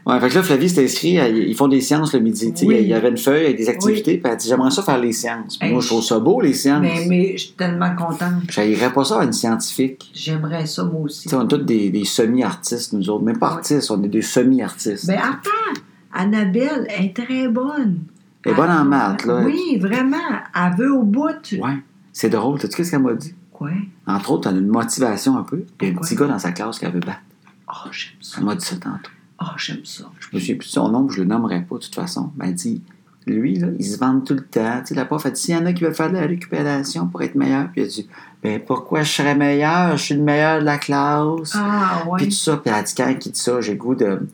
Speaker 1: Ouais, fait que là, Flavie s'est inscrit, à- ils font des sciences le midi. tu sais.
Speaker 2: Oui.
Speaker 1: Il y avait une feuille avec des activités, puis elle dit J'aimerais ça faire les sciences. Puis
Speaker 2: Hey,
Speaker 1: moi, je trouve ça beau, les sciences.
Speaker 2: Ben, Mais, mais je suis tellement contente.
Speaker 1: J'haïrais pas ça à une scientifique.
Speaker 2: J'aimerais ça, moi aussi.
Speaker 1: Tu sais, on est tous des, des semi-artistes, nous autres. Même pas
Speaker 2: Ouais. Ben,
Speaker 1: artistes, on est des semi-artistes.
Speaker 2: Mais attends! Annabelle elle est très bonne.
Speaker 1: Elle est bonne en maths, là.
Speaker 2: ah, Oui, vraiment. Elle veut au bout.
Speaker 1: Ouais. C'est drôle. T'as-tu qu'est-ce qu'elle m'a dit?
Speaker 2: Quoi?
Speaker 1: Entre autres, elle a une motivation un peu. Il y a un
Speaker 2: Pourquoi?
Speaker 1: petit gars dans sa classe qui avait battre.
Speaker 2: Oh, j'aime ça.
Speaker 1: Elle m'a dit ça tantôt.
Speaker 2: Oh, j'aime ça.
Speaker 1: Je me souviens plus de son nom, puis je le nommerai pas, de toute façon. Mais elle dit Lui, là, il se vante tout le temps. Tu sais, la prof a dit S'il y en a qui veulent faire de la récupération pour être meilleur, puis elle dit Ben pourquoi je serais meilleur? Je suis le meilleur de la classe.
Speaker 2: Ah, ouais.
Speaker 1: Puis tout ça, puis elle dit, quand qui dit ça, j'ai le goût de.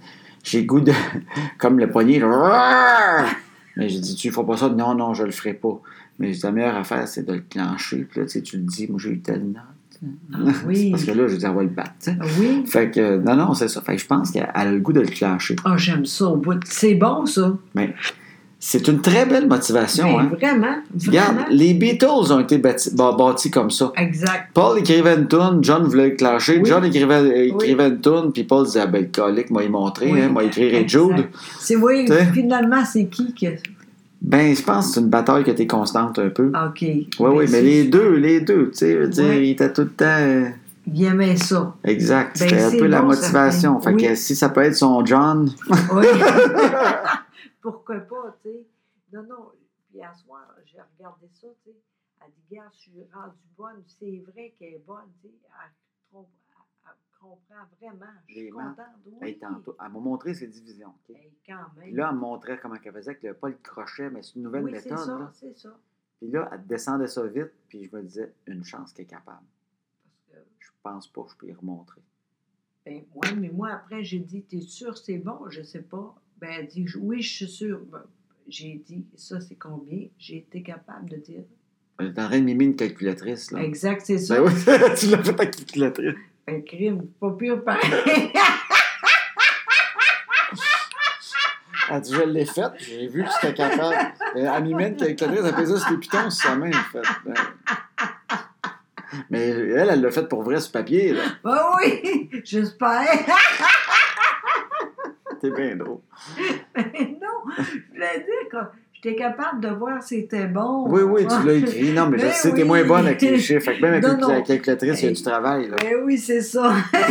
Speaker 1: J'ai le goût de. Comme le poignet, là. Mais j'ai dit, tu ne feras pas ça. Non, non, je le ferai pas. Mais j'ai dit, la meilleure affaire, c'est de le clencher. Puis là, tu sais, tu le dis, moi, j'ai eu telle
Speaker 2: Ah,
Speaker 1: note.
Speaker 2: oui.
Speaker 1: Parce que là, je dis, on va le battre. tu sais.
Speaker 2: Oui.
Speaker 1: Fait que, euh, non, non, c'est ça. Fait que je pense qu'elle a le goût de le clencher.
Speaker 2: Oh, j'aime ça au bout. C'est bon, ça.
Speaker 1: C'est une très belle motivation,
Speaker 2: Ben,
Speaker 1: hein.
Speaker 2: Vraiment. Vraiment.
Speaker 1: Regarde, les Beatles ont été bâti- bâ- bâtis comme ça.
Speaker 2: Exact.
Speaker 1: Paul écrivait une toune, John voulait le clencher,
Speaker 2: Oui.
Speaker 1: John écrivait, euh, écrivait une toune, puis Paul disait, ah, ben, le colique, moi, il montrer,
Speaker 2: Oui.
Speaker 1: hein, moi, écrire
Speaker 2: Exact.
Speaker 1: Jude.
Speaker 2: C'est, oui,
Speaker 1: T'sais?
Speaker 2: finalement, c'est qui que.
Speaker 1: Ben, je pense que c'est une bataille qui était constante un peu.
Speaker 2: Ah, OK.
Speaker 1: oui, oui,
Speaker 2: Ben,
Speaker 1: mais
Speaker 2: c'est-
Speaker 1: les deux, les deux, tu sais, je veux dire,
Speaker 2: Ouais.
Speaker 1: il était tout le temps. euh,
Speaker 2: Il aimait ça.
Speaker 1: Exact.
Speaker 2: Ben,
Speaker 1: C'était un
Speaker 2: c'est
Speaker 1: peu la
Speaker 2: bon,
Speaker 1: motivation.
Speaker 2: certain.
Speaker 1: Fait que
Speaker 2: Oui.
Speaker 1: si ça peut être son John.
Speaker 2: Oui. Pourquoi pas, tu sais. Non, non. Puis à soir, j'ai regardé ça, tu sais. Elle dit, gars, je suis rendue bonne. C'est vrai qu'elle est bonne, tu sais. Elle, com- elle- elle comprend vraiment. Je suis
Speaker 1: Les maths.
Speaker 2: contente. Oui.
Speaker 1: Hey, tantôt, elle m'a montré ses divisions. ok?
Speaker 2: Hey, quand
Speaker 1: Puis
Speaker 2: même.
Speaker 1: là, elle me montrait comment elle faisait, que pas le crochet, mais c'est une nouvelle
Speaker 2: oui,
Speaker 1: méthode.
Speaker 2: c'est ça,
Speaker 1: là.
Speaker 2: c'est ça.
Speaker 1: Puis là, elle descendait ça vite, puis je me disais, une chance qu'elle est capable.
Speaker 2: Parce que,
Speaker 1: Je pense pas que je peux y remontrer.
Speaker 2: ben, ouais, mais moi, après, j'ai dit, t'es sûr c'est bon? Je sais pas. Ben, elle dit, oui, je suis sûre. Ben, j'ai dit, ça, c'est combien? J'ai été capable de dire.
Speaker 1: Elle est en train de mimer une calculatrice, là.
Speaker 2: Exact, c'est ça.
Speaker 1: Ben oui, tu l'as fait ta calculatrice.
Speaker 2: Un crime, pas pire pareil.
Speaker 1: Elle dit, je l'ai faite, j'ai vu que c'était capable. Euh, Elle m'y met une calculatrice, elle fait ça sur les pitons, c'est sa main, en fait. Euh. Mais elle, elle l'a faite pour vrai sur papier, là.
Speaker 2: ben oui, j'espère.
Speaker 1: T'es bien drôle.
Speaker 2: Mais non, je voulais dire que je j'étais capable de voir si c'était bon.
Speaker 1: Oui, oui, tu l'as écrit. Non, mais je
Speaker 2: Ben
Speaker 1: sais, t'es
Speaker 2: oui.
Speaker 1: moins bonne avec les chiffres. Fait que même avec
Speaker 2: Non,
Speaker 1: une-
Speaker 2: non.
Speaker 1: la calculatrice, il y a du
Speaker 2: Hey.
Speaker 1: travail. Là.
Speaker 2: Ben oui, c'est ça.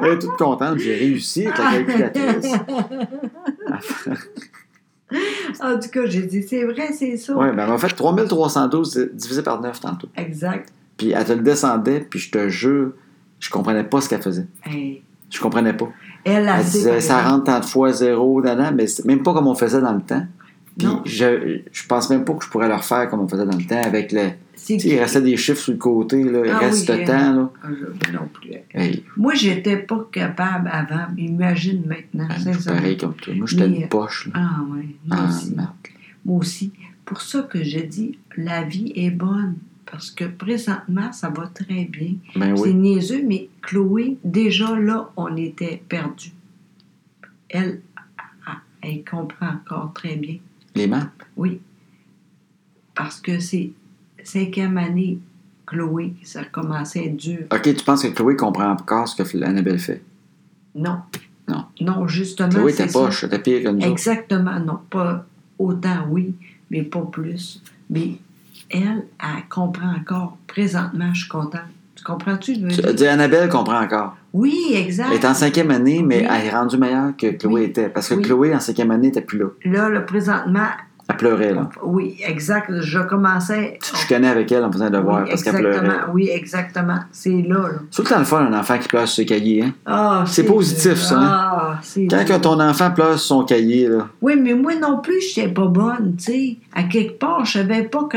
Speaker 1: Elle est toute contente, j'ai réussi avec la calculatrice.
Speaker 2: En tout cas, j'ai dit, c'est vrai, c'est ça.
Speaker 1: Oui, ben en fait, 3312 divisé par 9 tantôt.
Speaker 2: Exact.
Speaker 1: Puis elle te le descendait, puis je te jure, je comprenais pas ce qu'elle faisait.
Speaker 2: Hey.
Speaker 1: Je comprenais pas.
Speaker 2: Elle a
Speaker 1: Elle disait, ça rentre tant de fois zéro, nan, nan, mais c'est même pas comme on faisait dans le temps. Puis
Speaker 2: Non.
Speaker 1: je, je pense même pas que je pourrais le refaire comme on faisait dans le temps avec le.
Speaker 2: C'est
Speaker 1: Tu sais, il restait des chiffres sur le côté, là, il
Speaker 2: Ah
Speaker 1: reste
Speaker 2: oui,
Speaker 1: le
Speaker 2: j'ai-
Speaker 1: temps. Là.
Speaker 2: Ah, je- non plus.
Speaker 1: Hey,
Speaker 2: Moi, j'étais pas capable avant. Imagine maintenant.
Speaker 1: ben, je
Speaker 2: c'est
Speaker 1: suis
Speaker 2: ça.
Speaker 1: pareil comme toi. Moi, j'étais
Speaker 2: Mais-
Speaker 1: une poche. Là.
Speaker 2: Ah oui, moi
Speaker 1: Ah,
Speaker 2: aussi.
Speaker 1: merde.
Speaker 2: Moi aussi. Pour ça que je dis, la vie est bonne. Parce que présentement, ça va très bien.
Speaker 1: Ben
Speaker 2: C'est
Speaker 1: oui.
Speaker 2: niaiseux, mais Chloé, déjà là, on était perdus. Elle, elle- elle comprend encore très bien.
Speaker 1: Les maths.
Speaker 2: Oui. Parce que c'est cinquième année, Chloé, ça commençait à être dur.
Speaker 1: OK, tu penses que Chloé comprend encore ce que Annabelle fait?
Speaker 2: Non.
Speaker 1: Non.
Speaker 2: Non, justement.
Speaker 1: Chloé,
Speaker 2: c'est
Speaker 1: t'es
Speaker 2: ça.
Speaker 1: poche, t'es pire que nous autres.
Speaker 2: Exactement, non. Pas autant, oui, mais pas plus. Mais elle, elle comprend encore. Présentement, je suis contente. Tu comprends-tu? je veux
Speaker 1: Tu
Speaker 2: dire?
Speaker 1: as dit Annabelle comprend encore.
Speaker 2: Oui, exact.
Speaker 1: Elle est en cinquième année, mais
Speaker 2: Oui.
Speaker 1: elle est rendue meilleure que Chloé
Speaker 2: Oui.
Speaker 1: était. Parce que
Speaker 2: Oui.
Speaker 1: Chloé, en cinquième année, n'était plus là.
Speaker 2: Là, le présentement,
Speaker 1: Elle pleurait, là.
Speaker 2: oui, exact. Je commençais.
Speaker 1: Tu te chicanais avec elle en faisant le devoir
Speaker 2: oui,
Speaker 1: parce qu'elle pleurait.
Speaker 2: exactement. Oui, exactement. C'est là, là.
Speaker 1: C'est tout le temps le fun, un enfant qui pleure sur ses cahiers. Hein?
Speaker 2: Ah,
Speaker 1: C'est positif, ça, hein?
Speaker 2: Ah, c'est
Speaker 1: Quand que ton enfant pleure sur son cahier, là,
Speaker 2: Oui, mais moi non plus, j'étais pas bonne, tu sais. À quelque part, je savais pas que-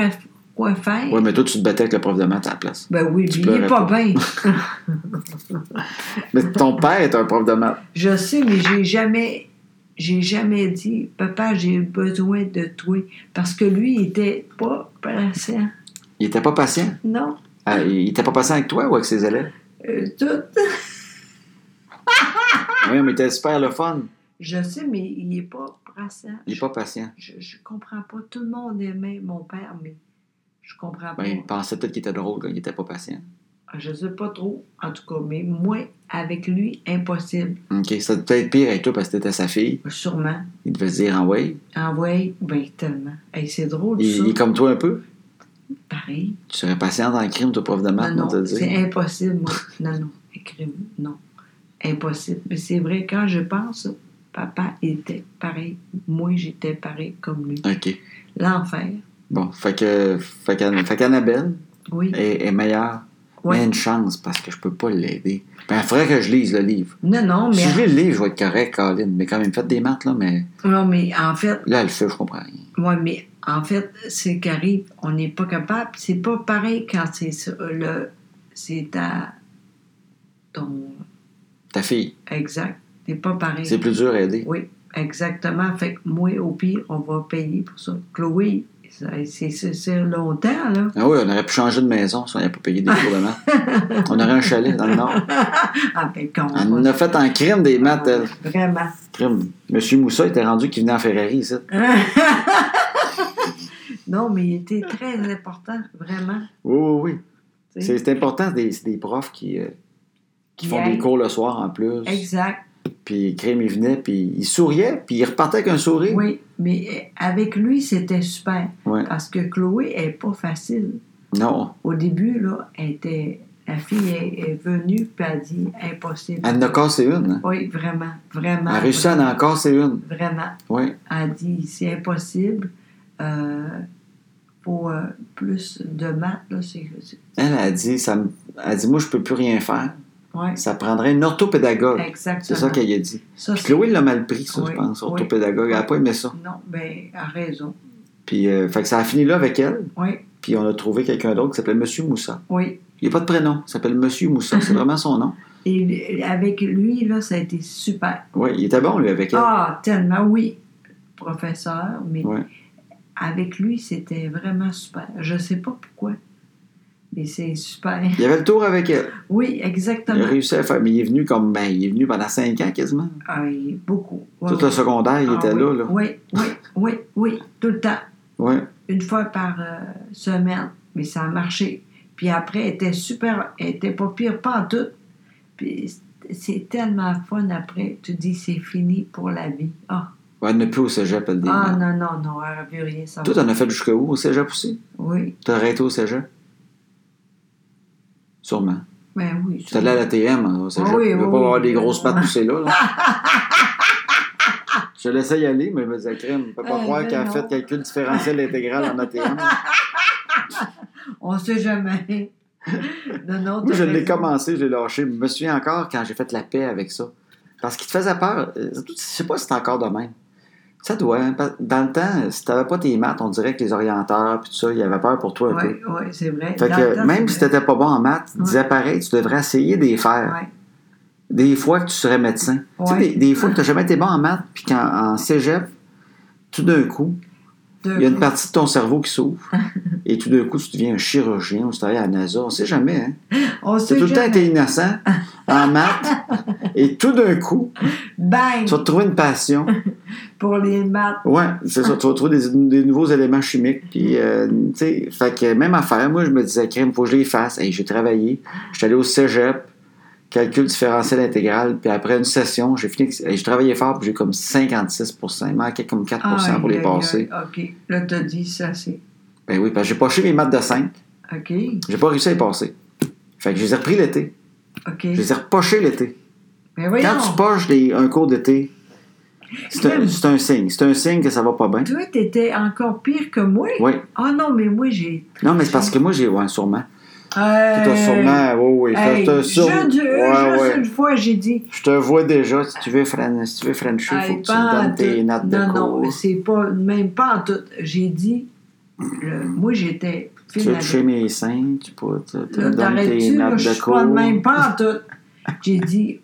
Speaker 2: quoi faire.
Speaker 1: ouais, mais toi, tu te battais avec le prof de maths à la place.
Speaker 2: Ben oui,
Speaker 1: Tu
Speaker 2: puis il est
Speaker 1: pleurais
Speaker 2: pas bien.
Speaker 1: Mais ton père est un prof de maths.
Speaker 2: Je sais, mais j'ai jamais, j'ai jamais dit, papa, j'ai besoin de toi, parce que lui, il était pas patient.
Speaker 1: Il était pas patient.
Speaker 2: Non,
Speaker 1: Ah, il était pas patient avec toi ou avec ses élèves?
Speaker 2: euh, tout.
Speaker 1: Oui, mais il était super le fun.
Speaker 2: Je sais, mais il est pas patient.
Speaker 1: Il est pas patient.
Speaker 2: Je, je comprends pas. Tout le monde aimait mon père, mais je comprends pas. Ah,
Speaker 1: Ben, il pensait peut-être qu'il était drôle, là. il était pas patient.
Speaker 2: Je sais pas trop, en tout cas, mais moi, avec lui, impossible,
Speaker 1: OK, ça devait être pire avec toi parce que t'étais sa fille.
Speaker 2: sûrement.
Speaker 1: Il devait se dire, ah ouais.
Speaker 2: Envoyé, ben tellement. Hey, c'est drôle,
Speaker 1: Il,
Speaker 2: ça.
Speaker 1: il est comme toi un peu.
Speaker 2: Pareil.
Speaker 1: Tu serais patient dans le crime, toi, prof de maths,
Speaker 2: non,
Speaker 1: on te
Speaker 2: non,
Speaker 1: le dit.
Speaker 2: c'est impossible, moi. non, non, écrire, non. Impossible. Mais c'est vrai, quand je pense, papa était pareil. Moi, j'étais pareil comme lui.
Speaker 1: OK.
Speaker 2: L'enfer.
Speaker 1: Bon, fait que, fait qu'Ann- fait qu'Annabelle
Speaker 2: Oui.
Speaker 1: est, est meilleure.
Speaker 2: Ouais.
Speaker 1: Mais une chance parce que je peux pas l'aider. Ben, il faudrait que je lise le livre.
Speaker 2: Non, non,
Speaker 1: Si je
Speaker 2: mais,
Speaker 1: lis le livre, je vais être correct, Colin. Mais quand même, faites des maths, là, mais
Speaker 2: non, mais en fait,
Speaker 1: là, elle le fait, je comprends rien.
Speaker 2: moi, mais en fait, c'est qu'arrive, on n'est pas capable. C'est pas pareil quand c'est ça, le. C'est ta. Ton.
Speaker 1: Ta fille,
Speaker 2: Exact. C'est pas pareil.
Speaker 1: c'est plus dur à aider.
Speaker 2: Oui, exactement. Fait que moi, au pire, on va payer pour ça. Chloé, ça- c'est c'est- c'est longtemps, là.
Speaker 1: Ah oui, on aurait pu changer de maison si on n'avait pas payé des cours de maths. on aurait un chalet dans le nord.
Speaker 2: Ah, ben, quand
Speaker 1: Elle en
Speaker 2: va-
Speaker 1: a fait en crime des maths, elle.
Speaker 2: Vraiment.
Speaker 1: Crime. Monsieur Moussa était rendu qu'il venait en Ferrari, ça.
Speaker 2: Non, mais il était très important, vraiment.
Speaker 1: Oui, oui, oui.
Speaker 2: tu sais.
Speaker 1: C'est c'est important, c'est des, c'est des profs qui, euh, qui font
Speaker 2: Yeah.
Speaker 1: des cours le soir en plus.
Speaker 2: Exact.
Speaker 1: Puis Crime, il venait, puis il souriait, puis il repartait avec un sourire.
Speaker 2: Oui, mais euh, avec lui, c'était super.
Speaker 1: Ouais.
Speaker 2: Parce que Chloé est pas facile.
Speaker 1: Non,
Speaker 2: Au début, là, elle était... La fille est, est venue, puis elle a dit impossible.
Speaker 1: elle en a cassé une. hein.
Speaker 2: Oui, vraiment,
Speaker 1: Elle
Speaker 2: vraiment.
Speaker 1: a réussi à en casser une.
Speaker 2: Vraiment.
Speaker 1: Oui.
Speaker 2: a dit c'est impossible. Euh, pour euh, plus de maths, là, c'est. c'est-
Speaker 1: Elle a dit, ça me- elle dit, moi, je peux plus rien faire.
Speaker 2: Ouais,
Speaker 1: Ça prendrait une orthopédagogue.
Speaker 2: exactement.
Speaker 1: C'est ça qu'elle a dit.
Speaker 2: Ça,
Speaker 1: Puis
Speaker 2: c'est-
Speaker 1: Chloé l'a mal pris, ça,
Speaker 2: Oui,
Speaker 1: je pense,
Speaker 2: oui.
Speaker 1: orthopédagogue. Elle n'a pas aimé ça.
Speaker 2: Non, ben, elle a raison.
Speaker 1: Puis, euh, fait que ça a fini là avec elle.
Speaker 2: Oui,
Speaker 1: Puis on a trouvé quelqu'un d'autre qui s'appelait Monsieur Moussa.
Speaker 2: oui.
Speaker 1: Il n'y a pas de prénom. Il s'appelle Monsieur Moussa.
Speaker 2: Mm-hmm.
Speaker 1: C'est vraiment son nom.
Speaker 2: Et avec lui, là, ça a été super.
Speaker 1: Oui, il était bon, lui, avec elle.
Speaker 2: Ah, tellement, oui, professeur, mais
Speaker 1: Ouais.
Speaker 2: avec lui, c'était vraiment super. Je sais pas pourquoi, mais c'est super.
Speaker 1: Il avait le tour avec elle.
Speaker 2: Oui,
Speaker 1: Il a
Speaker 2: exactement.
Speaker 1: réussi à faire. Mais il est venu comme. Ben, il est venu pendant cinq ans quasiment.
Speaker 2: Ah, il- beaucoup. Ouais,
Speaker 1: Tout le
Speaker 2: ouais.
Speaker 1: secondaire, il
Speaker 2: Ah,
Speaker 1: était
Speaker 2: oui.
Speaker 1: là, là.
Speaker 2: Oui, oui, oui, oui, tout le temps.
Speaker 1: Ouais.
Speaker 2: une fois par euh, semaine, mais ça a marché. Puis après, elle était super, elle était pas pire, pas en tout. Puis c'est tellement fun après, tu dis c'est fini pour la vie. Ah,
Speaker 1: Ouais, elle n'est plus au cégep, elle
Speaker 2: Ah
Speaker 1: démarre.
Speaker 2: non, non, non, elle n'a plus rien ça.
Speaker 1: Toi, t'en as fait jusqu'où au cégep aussi?
Speaker 2: Oui,
Speaker 1: T'as arrêté au cégep? Sûrement.
Speaker 2: ben oui.
Speaker 1: T'es allé à la TM hein, au cégep.
Speaker 2: Ah oui,
Speaker 1: tu veux
Speaker 2: oui,
Speaker 1: pas avoir
Speaker 2: oui.
Speaker 1: des grosses pattes poussées là. là. je te laissais y aller, mais je me disais, crème, on peut pas
Speaker 2: Euh,
Speaker 1: croire
Speaker 2: ben
Speaker 1: qu'elle a
Speaker 2: non.
Speaker 1: fait calcul différentiel intégral en ATM.
Speaker 2: On sait jamais. non, non,
Speaker 1: Moi,
Speaker 2: t'as
Speaker 1: je l'ai
Speaker 2: raison.
Speaker 1: commencé, j'ai lâché. Je me souviens encore quand j'ai fait la paix avec ça. Parce qu'il te faisait peur. Euh, Je sais pas si c'est encore de même. Ça doit. hein, parce- Dans le temps, si t'avais pas tes maths, on dirait que les orienteurs, puis tout ça, ils avaient peur pour toi un peu.
Speaker 2: Oui, oui, c'est vrai.
Speaker 1: Fait
Speaker 2: Dans le
Speaker 1: que
Speaker 2: temps,
Speaker 1: même
Speaker 2: c'est
Speaker 1: si
Speaker 2: vrai.
Speaker 1: t'étais pas bon en maths, ils
Speaker 2: Ouais.
Speaker 1: disaient pareil, tu devrais essayer de les faire.
Speaker 2: Ouais.
Speaker 1: Des fois que tu serais médecin. Tu sais,
Speaker 2: Ouais.
Speaker 1: des, des fois que t'as jamais été bon en maths, puis qu'en en cégep, tout d'un coup,
Speaker 2: Deux
Speaker 1: il y a une
Speaker 2: fois.
Speaker 1: partie de ton cerveau qui s'ouvre. et tout d'un coup, tu deviens un chirurgien ou tu travailles à la NASA. On sait jamais, hein?
Speaker 2: On
Speaker 1: T'as
Speaker 2: sait
Speaker 1: tout le temps
Speaker 2: jamais.
Speaker 1: été innocent en maths et tout d'un coup,
Speaker 2: Bang!
Speaker 1: tu vas te trouver une passion.
Speaker 2: Pour les maths.
Speaker 1: Ouais, c'est ça, tu vas trouver des, des nouveaux éléments chimiques. Puis, euh, tu sais, fait que même affaire, moi, je me disais, crème, faut que je les fasse. Et j'ai travaillé. Je suis allé au cégep, calcul différentiel intégral. Puis après une session, j'ai fini. J'ai travaillé fort, puis j'ai comme 56 Il manquait comme 4
Speaker 2: Aïe,
Speaker 1: pour les
Speaker 2: aïe,
Speaker 1: passer.
Speaker 2: aïe. OK. Là, t'as dit ça, c'est.
Speaker 1: Ben oui, parce que j'ai poché mes maths de 5.
Speaker 2: OK.
Speaker 1: J'ai pas réussi à les passer. Fait que je les ai repris l'été.
Speaker 2: OK.
Speaker 1: Je les ai repochés l'été.
Speaker 2: Mais voyons. Hum.
Speaker 1: Quand tu poches des- un cours d'été, c'est un,
Speaker 2: Crème.
Speaker 1: c'est un signe. C'est un signe que ça va pas bien.
Speaker 2: Toi, t'étais encore pire que moi.
Speaker 1: Oui.
Speaker 2: Ah non, mais moi, j'ai.
Speaker 1: Non, mais c'est parce que moi, j'ai. Ouais, sûrement.
Speaker 2: Euh,
Speaker 1: Toi, sûrement. Oui, oui.
Speaker 2: hey,
Speaker 1: T'as- t'as
Speaker 2: je-
Speaker 1: sûre-
Speaker 2: je-
Speaker 1: ouais,
Speaker 2: juste
Speaker 1: ouais.
Speaker 2: une fois, j'ai dit.
Speaker 1: Je te vois déjà. Si tu veux, Fran... si tu veux Frencher,
Speaker 2: hey,
Speaker 1: faut que tu
Speaker 2: pas
Speaker 1: me
Speaker 2: en
Speaker 1: donnes tes
Speaker 2: tout.
Speaker 1: notes de
Speaker 2: non,
Speaker 1: cours.
Speaker 2: non, c'est pas. Même pas en tout. J'ai dit. le- moi, j'étais.
Speaker 1: tu veux toucher mes seins, tu peux. Tu tu me donnes tes
Speaker 2: T'arrêtes-tu? là,
Speaker 1: notes
Speaker 2: Je
Speaker 1: de
Speaker 2: suis pas
Speaker 1: cours.
Speaker 2: de même pas en tout. J'ai dit,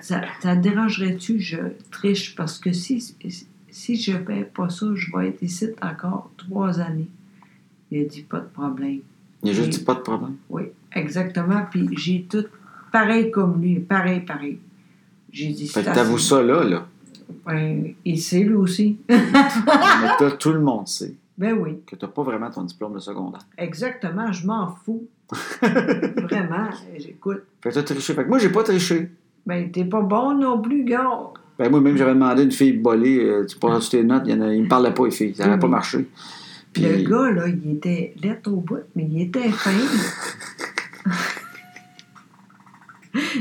Speaker 2: ça, ça te dérangerait-tu, je triche, parce que si, si je ne fais pas ça, je vais être ici encore trois années. Il a dit, pas de problème.
Speaker 1: Il y a juste dit pas de problème.
Speaker 2: Oui, exactement. Puis j'ai tout, pareil comme lui, pareil, pareil. J'ai dit,
Speaker 1: Fait que
Speaker 2: c'est
Speaker 1: t'avoues
Speaker 2: assez.
Speaker 1: ça là, là.
Speaker 2: Ben, il sait lui aussi.
Speaker 1: mais toi, tout le monde sait
Speaker 2: ben oui,
Speaker 1: que t'as pas vraiment ton diplôme de secondaire.
Speaker 2: exactement, je m'en fous. Vraiment, j'écoute.
Speaker 1: Fait que t'as triché. Fait que moi, j'ai pas triché.
Speaker 2: Ben, t'es pas bon non plus, gars.
Speaker 1: Ben moi, même, j'avais demandé à une fille bolée, euh, tu prends tes notes, il, y en a, il me parlait pas, les filles. Ça n'avait
Speaker 2: Hmm.
Speaker 1: pas marché. Puis,
Speaker 2: Le gars, là, il était lettre au bout, mais il était fin.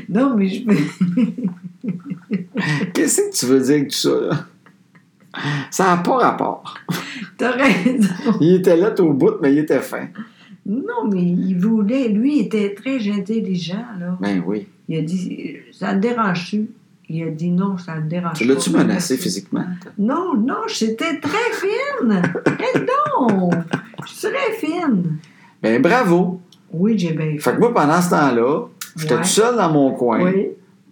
Speaker 2: non, mais je
Speaker 1: qu'est-ce que tu veux dire avec tout ça, là? Ça n'a pas rapport.
Speaker 2: T'as raison.
Speaker 1: Il était là au bout, mais il était fin.
Speaker 2: Non, mais il voulait. Lui, il était très intelligent, là.
Speaker 1: Ben oui.
Speaker 2: Il a dit Ça te dérange-tu Il a dit non, ça me dérange
Speaker 1: Tu l'as-tu
Speaker 2: pas.
Speaker 1: menacé physiquement?
Speaker 2: Non, non, j'étais très fine. Arrête donc Je suis très fine.
Speaker 1: Ben bravo!
Speaker 2: Oui, j'ai bien
Speaker 1: Fait que moi, pendant ce temps-là, j'étais
Speaker 2: Ouais.
Speaker 1: tout seul dans mon coin.
Speaker 2: Oui.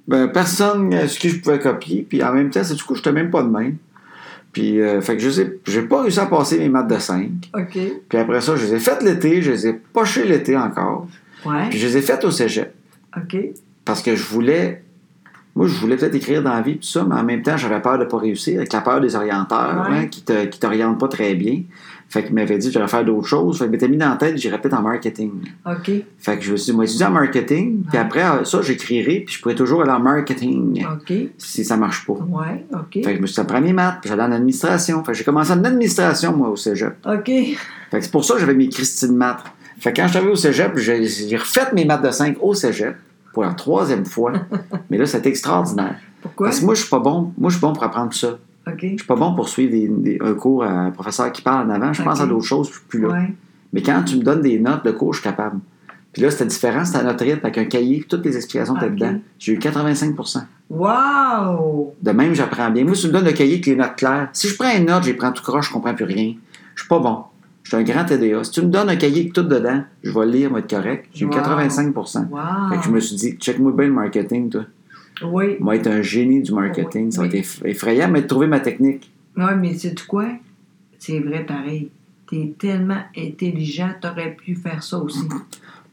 Speaker 1: Ben, personne à qui je pouvais copier. Puis en même temps, c'est du coup, j'étais même pas de même. Puis, euh, fait que je sais, j'ai pas réussi à passer mes maths de 5.
Speaker 2: OK.
Speaker 1: Puis après ça, je les ai faites l'été, je les ai pochées l'été encore. Puis
Speaker 2: Ouais.
Speaker 1: je les ai faites au cégep.
Speaker 2: OK.
Speaker 1: parce que je voulais. Moi, je voulais peut-être écrire dans la vie, tout ça, mais en même temps, j'avais peur de ne pas réussir, avec la peur des orienteurs,
Speaker 2: Ouais.
Speaker 1: hein, qui ne t'orientent pas très bien. Fait qu'ils m'avaient dit que j'allais faire d'autres choses. Fait que je m'étais mis dans la tête, j'irais peut-être en marketing.
Speaker 2: OK.
Speaker 1: Fait que je me suis dit, moi, étudier en marketing, puis
Speaker 2: Ouais.
Speaker 1: après euh, ça, j'écrirai, puis je pourrais toujours aller en marketing
Speaker 2: OK.
Speaker 1: si ça marche pas.
Speaker 2: Ouais. OK.
Speaker 1: Fait que je me suis dit, après mes maths, puis j'allais en administration. Fait que j'ai commencé en administration, moi, au cégep.
Speaker 2: OK.
Speaker 1: Fait que c'est pour ça que j'avais mes Christine maths. Fait que quand je suis arrivé au cégep, j'ai j'ai refait mes maths de 5 au cégep pour la troisième fois. mais là, c'était extraordinaire.
Speaker 2: Pourquoi?
Speaker 1: Parce que moi, je suis pas bon. Moi, je suis bon pour apprendre tout ça.
Speaker 2: OK.
Speaker 1: Je suis pas bon pour suivre des- des- un cours à un professeur qui parle en avant. Je pense
Speaker 2: Ok.
Speaker 1: à d'autres choses, je suis plus là.
Speaker 2: Ouais.
Speaker 1: Mais quand tu me donnes des notes de cours, je suis capable. Puis là, c'était différent, c'était à notre rythme, avec un cahier, puis toutes les explications étaient
Speaker 2: Ok.
Speaker 1: dedans. J'ai eu 85
Speaker 2: Wow!
Speaker 1: De même, j'apprends bien. Moi, si tu me donnes le cahier avec les notes claires, si je prends une note, je les prends tout croche, je comprends plus rien. Je suis pas bon. Je suis un grand TDA. Si tu me donnes un cahier avec tout dedans, je vais lire, je vais être correct. J'ai eu
Speaker 2: Wow.
Speaker 1: 85
Speaker 2: Wow!
Speaker 1: Fait que je me suis dit, check-moi bien le marketing, toi.
Speaker 2: Oui.
Speaker 1: Moi, être un génie du marketing,
Speaker 2: Oui,
Speaker 1: ça va
Speaker 2: oui.
Speaker 1: être eff- effrayant, mais de trouver ma technique.
Speaker 2: Ouais, mais c'est quoi? C'est vrai pareil. T'es tellement intelligent, t'aurais pu faire ça aussi.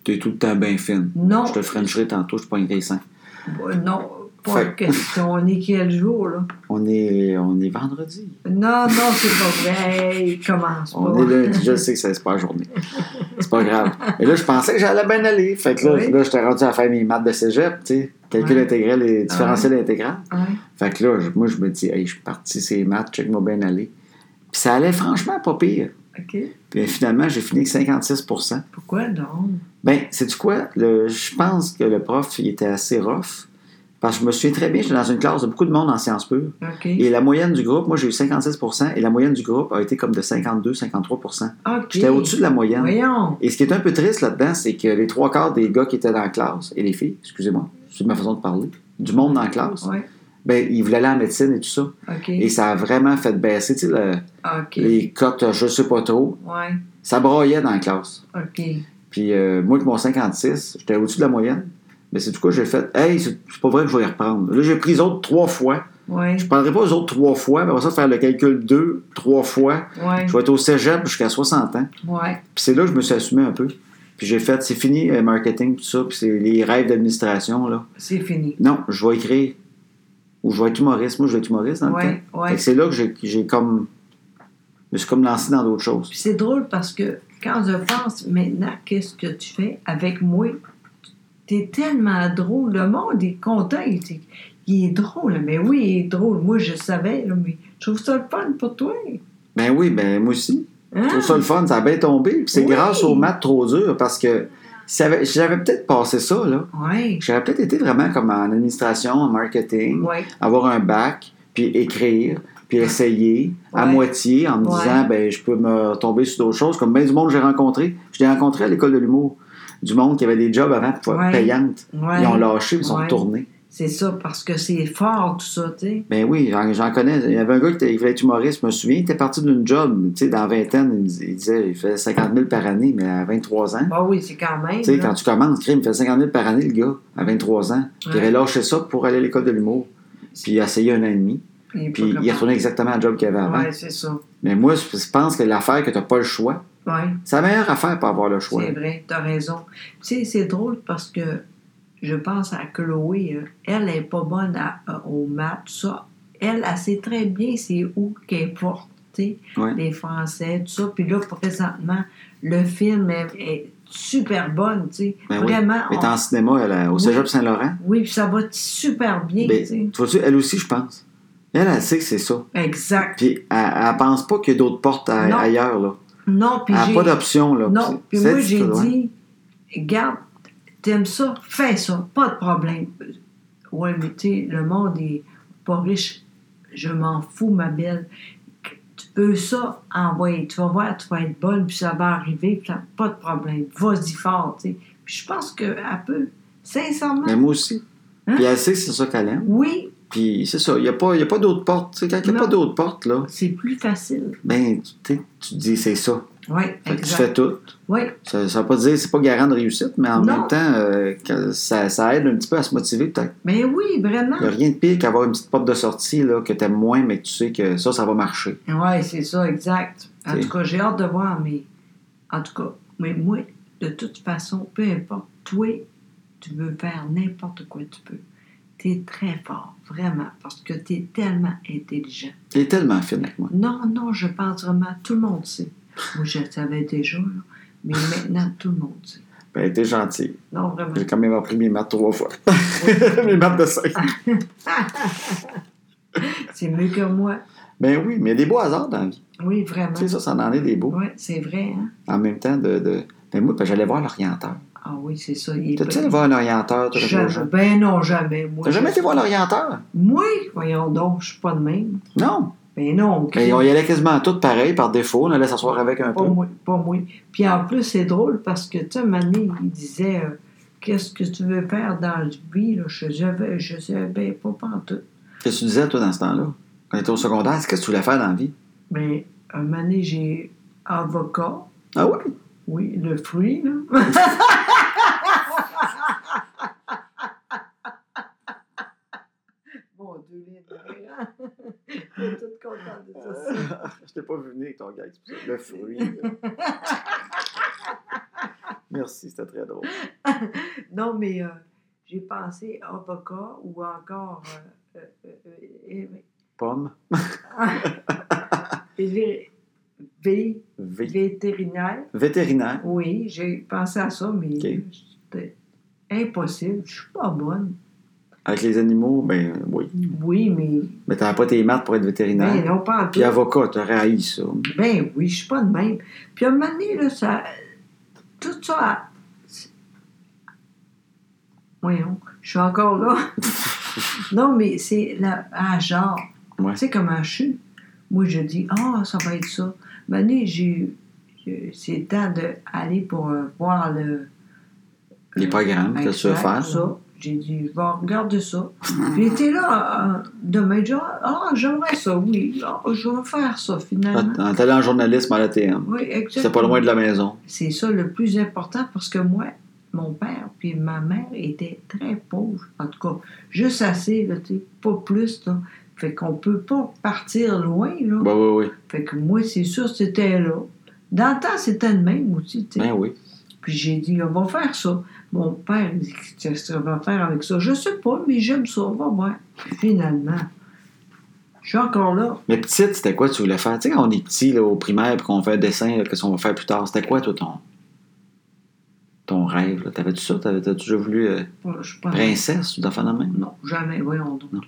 Speaker 1: T'es tout le temps bien fine.
Speaker 2: Non.
Speaker 1: Je te frencherai tantôt, je suis pas intéressant.
Speaker 2: Bah, Non, pas
Speaker 1: Fait-
Speaker 2: question. On est quel jour, là?
Speaker 1: On est, on est vendredi.
Speaker 2: Non, non, c'est pas vrai. Hey, commence
Speaker 1: On
Speaker 2: pas.
Speaker 1: est lundi. Je sais que ça, c'est pas la journée. C'est pas grave. Et là, je pensais que j'allais bien aller. Fait que là,
Speaker 2: Oui.
Speaker 1: là j'étais rendu à faire mes maths de cégep, tu sais. Calcul
Speaker 2: Ouais.
Speaker 1: intégral et différentiel intégral.
Speaker 2: Ouais.
Speaker 1: Fait que là, je- moi, je me dis, hey, je suis parti, c'est maths, check-moi bien aller. Puis ça allait franchement pas pire.
Speaker 2: OK.
Speaker 1: Puis finalement, j'ai fini avec 56
Speaker 2: Pourquoi donc?
Speaker 1: Ben, c'est quoi? Le- je pense que le prof, il était assez rough. Parce que je me souviens très bien, j'étais dans une classe de beaucoup de monde en sciences pures.
Speaker 2: OK.
Speaker 1: Et la moyenne du groupe, moi, j'ai eu 56 et la moyenne du groupe a été comme de 52-53
Speaker 2: OK.
Speaker 1: J'étais au-dessus de la moyenne.
Speaker 2: Voyons.
Speaker 1: Et ce qui est un peu triste là-dedans, c'est que les trois quarts des gars qui étaient dans la classe, et les filles, excusez-moi, c'est ma façon de parler, du monde dans la classe,
Speaker 2: Ouais.
Speaker 1: ben, ils voulaient aller en médecine et tout ça.
Speaker 2: OK.
Speaker 1: Et ça a vraiment fait baisser, tu sais, le-
Speaker 2: OK.
Speaker 1: les cotes, euh, je sais pas trop.
Speaker 2: Ouais.
Speaker 1: Ça broyait dans la classe.
Speaker 2: OK.
Speaker 1: Puis euh, moi, avec mon 56, j'étais au-dessus de la moyenne. Mais c'est du coup, j'ai fait, hey, c'est c'est pas vrai que je vais les reprendre. Là, j'ai pris les autres trois fois.
Speaker 2: Ouais.
Speaker 1: Je prendrai pas les autres trois fois, mais on va ça faire le calcul deux, trois fois.
Speaker 2: Ouais.
Speaker 1: Je vais être au cégep jusqu'à 60 ans.
Speaker 2: Ouais.
Speaker 1: Puis c'est là que je me suis assumé un peu. Puis j'ai fait, c'est fini, euh, marketing, tout ça, puis c'est les rêves d'administration, là.
Speaker 2: C'est fini.
Speaker 1: Non, je vais écrire. Ou je vais être humoriste. Moi, je vais être humoriste dans le temps.
Speaker 2: Ouais.
Speaker 1: Fait
Speaker 2: Ouais.
Speaker 1: que c'est là que j'ai- j'ai comme. Je me suis comme lancé dans d'autres choses.
Speaker 2: Puis c'est drôle parce que quand je pense maintenant, qu'est-ce que tu fais avec moi? T'es tellement drôle. Le monde est content. Il est, il est drôle. Mais oui, il est drôle. Moi, je savais. là, mais je trouve ça le fun pour toi.
Speaker 1: Ben oui, ben moi aussi.
Speaker 2: Hein?
Speaker 1: Je trouve ça le fun, ça a bien tombé. Puis c'est
Speaker 2: Oui.
Speaker 1: grâce aux maths trop durs parce que si j'avais- j'avais peut-être passé ça, là.
Speaker 2: Ouais.
Speaker 1: J'aurais peut-être été vraiment comme en administration, en marketing,
Speaker 2: Ouais.
Speaker 1: avoir un bac, puis écrire, puis essayer à
Speaker 2: Ouais.
Speaker 1: moitié en me
Speaker 2: Ouais.
Speaker 1: disant, ben je peux me tomber sur d'autres choses. Comme bien du monde que j'ai rencontré. Je l'ai rencontré à l'école de l'humour. Du monde qui avait des jobs avant qui pouvaient être
Speaker 2: Ouais.
Speaker 1: payantes.
Speaker 2: Ouais.
Speaker 1: Ils ont lâché, ils sont
Speaker 2: Ouais.
Speaker 1: retournés.
Speaker 2: C'est ça, parce que c'est fort, tout ça, tu sais.
Speaker 1: Ben oui, j'en j'en connais. Il y avait un gars qui était- il voulait être humoriste, je me souviens, il était parti d'une job, tu sais, dans vingtaine, il, dis- il disait, il faisait 50 000 par année, mais à 23 ans.
Speaker 2: Bah oui, c'est quand même.
Speaker 1: Tu sais,
Speaker 2: là.
Speaker 1: quand tu commences, crime, il fait 50 000 par année, le gars, à 23 ans. Puis Il
Speaker 2: Ouais.
Speaker 1: avait lâché ça pour aller à l'école de l'humour. Puis il a essayé un an et demi.
Speaker 2: est
Speaker 1: Puis
Speaker 2: pas
Speaker 1: il est retourné exactement à la job qu'il avait
Speaker 2: capable.
Speaker 1: avant.
Speaker 2: Ouais, c'est ça.
Speaker 1: Mais moi, je je pense que l'affaire que t'as pas le choix,
Speaker 2: Ouais,
Speaker 1: c'est la meilleure affaire pour avoir le choix.
Speaker 2: c'est vrai, t'as raison. Tu sais, c'est drôle parce que je pense à Chloé, hein. elle est pas bonne à- à- au maths, tout ça. Elle, elle sait très bien c'est où qu'elle est forte, tu sais,
Speaker 1: Ouais.
Speaker 2: les Français, tout ça. Puis là, présentement, le film est, est super bonne, tu sais.
Speaker 1: Ben oui.
Speaker 2: Vraiment,
Speaker 1: Elle est
Speaker 2: on-
Speaker 1: en cinéma, elle, au
Speaker 2: Oui.
Speaker 1: Cégep Saint-Laurent.
Speaker 2: oui, puis ça va super bien,
Speaker 1: Ben,
Speaker 2: tu sais.
Speaker 1: tu vois-tu, elle aussi, je pense. Elle, elle sait que c'est ça.
Speaker 2: Exact.
Speaker 1: Puis elle, elle pense pas qu'il y a d'autres portes à-
Speaker 2: Non.
Speaker 1: ailleurs, là.
Speaker 2: Non, puis
Speaker 1: Elle n'a
Speaker 2: j'ai...
Speaker 1: pas d'option, là.
Speaker 2: Non, puis
Speaker 1: C'est-
Speaker 2: moi, j'ai
Speaker 1: c'est- ouais.
Speaker 2: dit, garde, t'aimes ça, fais ça, pas de problème. Ouais, mais tu sais, le monde est pas riche, je m'en fous, ma belle. Tu peux ça envoyer, tu vas voir, tu vas être bonne, puis ça va arriver, puis ça- pas de problème, vas-y fort, tu sais. Puis je pense qu'elle peut, sincèrement,
Speaker 1: Mais moi aussi.
Speaker 2: Hein?
Speaker 1: Puis elle sait que c'est ça qu'elle aime.
Speaker 2: oui,
Speaker 1: Puis c'est ça, il n'y a pas, il y a pas d'autres portes. Tu sais, quand il n'y a
Speaker 2: Non.
Speaker 1: pas d'autres portes, là,
Speaker 2: c'est plus facile.
Speaker 1: ben, tu tu sais, tu te dis c'est ça.
Speaker 2: Oui,
Speaker 1: Fait que tu
Speaker 2: exact.
Speaker 1: fais tout.
Speaker 2: Oui,
Speaker 1: Ça ne veut pas dire c'est pas garant de réussite, mais en
Speaker 2: Non.
Speaker 1: même temps, euh, que ça, ça aide un petit peu à se motiver peut-être.
Speaker 2: mais oui, vraiment.
Speaker 1: Il n'y a rien de pire qu'avoir une petite porte de sortie là, que tu aimes moins, mais que tu sais que ça, ça va marcher.
Speaker 2: Oui, c'est ça, exact. En
Speaker 1: C'est-
Speaker 2: tout cas, j'ai hâte de voir, mais en tout cas, mais moi, de toute façon, peu importe, toi, tu veux faire n'importe quoi tu peux. Tu es très fort, vraiment, parce que tu es tellement intelligent.
Speaker 1: Il est tellement fine avec moi.
Speaker 2: Non, non, je pense vraiment, tout le monde sait. Moi, je le savais déjà, là, mais maintenant, tout le monde sait.
Speaker 1: Ben, t'es gentil.
Speaker 2: Non, vraiment.
Speaker 1: J'ai quand même appris mes maths trois fois. mes maths de 5.
Speaker 2: C'est mieux que moi.
Speaker 1: Ben oui, mais il y a des beaux hasards dans la vie.
Speaker 2: Oui, vraiment.
Speaker 1: Tu sais, ça, ça en est des beaux.
Speaker 2: Oui, c'est vrai, hein?
Speaker 1: en même temps de. de... Ben moi, ben, j'allais voir l'orienteur.
Speaker 2: Ah oui, c'est ça. Il est
Speaker 1: T'as-tu allé voir un orienteur, toi,
Speaker 2: Jamais.
Speaker 1: le jeune?
Speaker 2: Ben non, jamais. Moi,
Speaker 1: T'as jamais
Speaker 2: je-
Speaker 1: été voir l'orienteur?
Speaker 2: Moi, voyons donc, je suis pas de même.
Speaker 1: Non.
Speaker 2: Ben non,
Speaker 1: Ben, on y allait quasiment tout pareil, par défaut. On allait s'asseoir avec un
Speaker 2: pas
Speaker 1: peu.
Speaker 2: moi, pas moi. Puis en plus, c'est drôle parce que, tu sais, Mané, il disait euh, Qu'est-ce que tu veux faire dans le vie là? Je savais, je savais pas pantoute.
Speaker 1: Qu'est-ce que tu disais, toi, dans ce temps-là? Quand t'étais au secondaire, qu'est-ce que tu voulais faire dans la vie?
Speaker 2: Mais Ben, un Mané, j'ai avocat,
Speaker 1: Ah oui?
Speaker 2: oui, le fruit, là. Mon Dieu, les gars. Je suis toute contente de ça.
Speaker 1: Je t'ai pas vu venir, ton gars. Le fruit. Merci, c'était très drôle.
Speaker 2: Non, mais euh, j'ai pensé avocat ou encore. euh, euh, euh,
Speaker 1: Pomme,
Speaker 2: euh, vé- vé-
Speaker 1: V.
Speaker 2: vétérinaire.
Speaker 1: Vétérinaire.
Speaker 2: Oui, j'ai pensé à ça, mais
Speaker 1: Ok.
Speaker 2: c'était impossible. Je suis pas bonne.
Speaker 1: Avec les animaux, ben oui.
Speaker 2: Oui, mais.
Speaker 1: Mais t'avais pas tes maths pour être vétérinaire.
Speaker 2: Ben, non, pas en tout.
Speaker 1: Puis avocat, t'aurais haï ça.
Speaker 2: Ben oui, je suis pas de même. Puis à un moment donné, là, ça. Tout ça. a- Voyons, je suis encore là. non, mais c'est la... à genre.
Speaker 1: Ouais.
Speaker 2: Tu sais comment je suis? Moi, je dis, ah, ça va être ça. Un moment donné, j'ai. j'ai- C'est le temps d'aller pour euh, voir le.
Speaker 1: Les
Speaker 2: le-
Speaker 1: programmes que tu veux
Speaker 2: Exact,
Speaker 1: faire.
Speaker 2: ça. J'ai dit, je vais regarder ça. J'étais là euh, demain, j'ai dit, ah, j'aimerais ça, oui. Ah, je vais faire ça, finalement.
Speaker 1: En t'allant en journalisme à la TM.
Speaker 2: Oui, exactement.
Speaker 1: C'était pas loin de la maison.
Speaker 2: C'est ça le plus important parce que moi, mon père puis ma mère étaient très pauvres. En tout cas, juste assez, là, tu sais, pas plus. Là. Fait qu'on peut pas partir loin. Là.
Speaker 1: Ben oui, oui.
Speaker 2: Fait que moi, c'est sûr, c'était là. Dans le temps, c'était le même aussi. tu sais.
Speaker 1: Ben oui.
Speaker 2: Puis j'ai dit, on va faire ça. Mon père il dit, qu'est-ce qu'on va faire avec ça? Je sais pas, mais j'aime ça, on va voir. Finalement, je suis encore là.
Speaker 1: Mais petite, c'était quoi que tu voulais faire? Tu sais, quand on est petit, là, au primaire, puis qu'on fait un dessin, là, qu'est-ce qu'on va faire plus tard? C'était quoi, toi, ton, ton rêve? là? T'avais-tu ça? T'avais- T'as toujours voulu euh,
Speaker 2: Je suis pas-
Speaker 1: princesse ou d'enfant de même?
Speaker 2: Non, jamais, voyons donc.
Speaker 1: Non.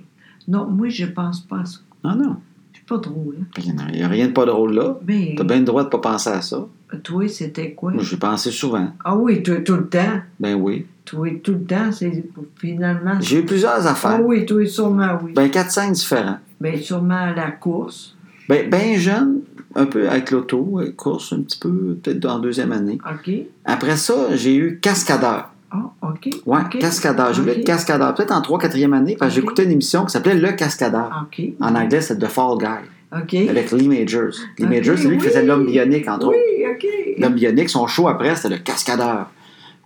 Speaker 2: Non, moi, je pense pas à ça.
Speaker 1: Non, non.
Speaker 2: Je suis pas drôle. Hein.
Speaker 1: Il n'y a rien de pas drôle là.
Speaker 2: Mais euh,
Speaker 1: T'as bien le droit de pas penser à ça.
Speaker 2: toi, c'était quoi?
Speaker 1: Moi, j'y ai pensé souvent.
Speaker 2: Ah oui, toi, tout le temps.
Speaker 1: Ben oui.
Speaker 2: Toi, tout le temps, c'est finalement...
Speaker 1: J'ai eu plusieurs
Speaker 2: Ah
Speaker 1: affaires.
Speaker 2: oui, toi, sûrement, oui.
Speaker 1: Ben, 4-5 différents.
Speaker 2: Ben, sûrement à la course.
Speaker 1: Ben, ben jeune, un peu avec l'auto, euh, course un petit peu, peut-être en deuxième année.
Speaker 2: OK.
Speaker 1: Après ça, j'ai eu cascadeur.
Speaker 2: Ah, OK.
Speaker 1: Ouais,
Speaker 2: OK.
Speaker 1: cascadeur. J'ai voulu
Speaker 2: Ok.
Speaker 1: être cascadeur. Peut-être en 3-4e année, parce que
Speaker 2: Ok.
Speaker 1: j'écoutais une émission qui s'appelait Le Cascadeur.
Speaker 2: OK.
Speaker 1: En anglais, c'est The Fall Guy,
Speaker 2: OK.
Speaker 1: avec Lee Majors. Lee
Speaker 2: Ok,
Speaker 1: Majors, c'est lui qui
Speaker 2: oui.
Speaker 1: faisait l'homme bionique, entre autres.
Speaker 2: Oui, OK.
Speaker 1: L'homme bionique, son show après, c'était le cascadeur.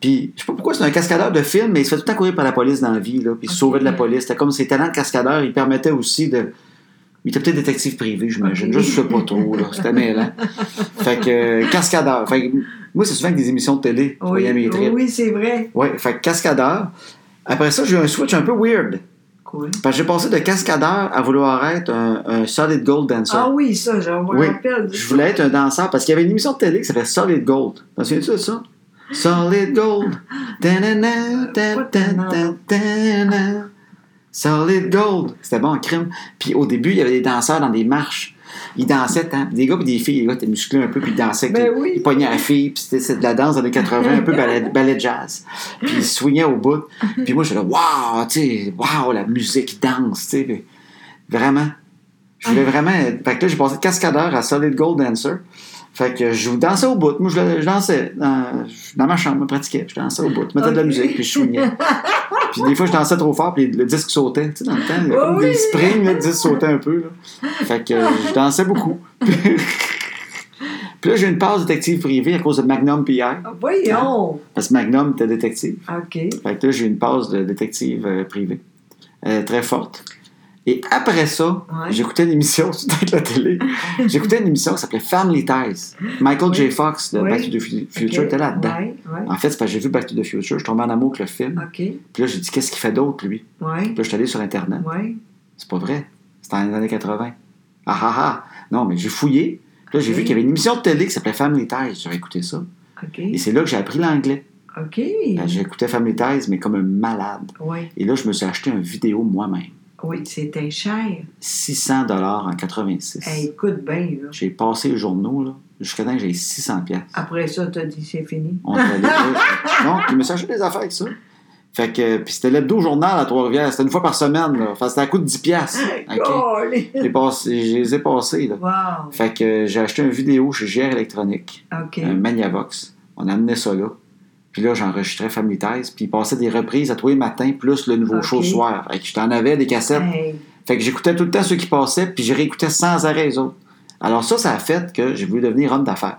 Speaker 1: Puis, je sais pas pourquoi c'est un cascadeur de film, mais il se fait tout le temps courir par la police dans la vie, là, puis il se
Speaker 2: Ok.
Speaker 1: sauvait de la police. C'était comme ses talents de cascadeur, il permettait aussi de. Il était peut-être détective privé, j'imagine. Je
Speaker 2: Ok.
Speaker 1: sais pas trop, là. C'était mêlant. Fait que, euh, cascadeur. Fait que, moi, c'est souvent avec des émissions de télé. je voyais mes
Speaker 2: Oui,
Speaker 1: trips.
Speaker 2: oui c'est vrai.
Speaker 1: Ouais, fait que cascadeur. Après ça, j'ai eu un switch un peu weird.
Speaker 2: Quoi?
Speaker 1: Parce que j'ai passé de cascadeur à vouloir être un, un solid gold dancer.
Speaker 2: Ah oui, ça, je me
Speaker 1: Oui.
Speaker 2: rappelle.
Speaker 1: Je voulais être un danseur parce qu'il y avait une émission de télé qui s'appelait Solid Gold. T'en souviens-tu de ça? Solid Gold. Ta-na-na, ta- ta- ta- ta-na. Solid Gold. C'était bon en crime. Puis au début, il y avait des danseurs dans des marches. Ils dansaient, tant- des gars puis des filles. Les gars étaient musclés un peu, puis ils dansaient. avec
Speaker 2: Ben
Speaker 1: les-
Speaker 2: oui.
Speaker 1: Ils pognaient la fille, puis c'était c'était de la danse dans les 80, un peu ballet, ballet jazz. Puis ils swingaient au bout. Puis moi, j'étais là, waouh, tu sais, waouh, la musique danse, tu sais. Puis Vraiment. Je voulais vraiment. être- Fait que là, j'ai passé de cascadeur à solid gold dancer. Fait que je dansais au bout. Moi, je, je dansais dans, dans ma chambre, je me pratiquais. Je dansais au bout. Je mettais de la
Speaker 2: Ok.
Speaker 1: musique, puis je chouignais. puis des fois, je dansais trop fort, puis le disque sautait. Tu sais, dans le temps, il y avait
Speaker 2: Oh
Speaker 1: comme
Speaker 2: oui!
Speaker 1: des springs, là, le disque sautait un peu. Là. Fait que euh, je dansais beaucoup. puis là, j'ai eu une pause détective privée à cause de Magnum PI.
Speaker 2: Ah, Voyons.
Speaker 1: Parce que Magnum était détective.
Speaker 2: OK.
Speaker 1: Fait que là, j'ai eu une pause de détective euh, privée. Euh, très forte. Et après ça,
Speaker 2: Ouais.
Speaker 1: j'écoutais une émission, tout avec la télé, j'écoutais une émission qui s'appelait Family Ties. Michael
Speaker 2: Oui.
Speaker 1: J. Fox de
Speaker 2: Oui.
Speaker 1: Back to the Fu- Future
Speaker 2: OK.
Speaker 1: était là-dedans.
Speaker 2: Ouais, ouais.
Speaker 1: En fait, c'est parce que j'ai vu Back to the Future, je tombais en amour avec le film.
Speaker 2: OK. Ouais.
Speaker 1: Puis là, j'ai dit, qu'est-ce qu'il fait d'autre, lui? Puis là, je suis allé sur Internet.
Speaker 2: Ouais.
Speaker 1: C'est pas vrai. C'était dans les années 80. Ah ah ah! Non, mais j'ai fouillé. Puis là, j'ai
Speaker 2: Ok.
Speaker 1: vu qu'il y avait une émission de télé qui s'appelait Family Ties. J'avais écouté ça.
Speaker 2: OK.
Speaker 1: Et c'est là que j'ai appris l'anglais.
Speaker 2: OK.
Speaker 1: Ben, J'écoutais Family Ties, mais comme un malade.
Speaker 2: Oui,
Speaker 1: Et là, je me suis acheté un vidéo moi-même.
Speaker 2: oui, c'était cher.
Speaker 1: 600 dollars en 86.
Speaker 2: Hey, écoute bien, là.
Speaker 1: J'ai passé le journaux là, jusqu'à temps que j'ai 600 pièces.
Speaker 2: Après ça, t'as dit c'est fini.
Speaker 1: On travaillait pas. Donc, je me suis acheté des affaires avec ça. Fait que, euh, puis c'était l'hebdo journal à Trois-Rivières. C'était une fois par semaine, là. Enfin, c'était à coût de 10 pièces. OK.
Speaker 2: Golly!
Speaker 1: J'ai passé- Je les ai passés, là.
Speaker 2: Wow!
Speaker 1: Fait que euh, j'ai acheté une vidéo chez GR Électronique,
Speaker 2: OK.
Speaker 1: un Magnavox. On amenait ça là. Puis là, j'enregistrais Family Ties, puis il passait des reprises à tous les matins, plus le nouveau
Speaker 2: Ok.
Speaker 1: show le soir. Fait que j'en avais des cassettes.
Speaker 2: Hey,
Speaker 1: Fait que j'écoutais tout le temps ceux qui passaient, puis je réécoutais sans arrêt les autres. Alors ça, ça a fait que j'ai voulu devenir homme d'affaires.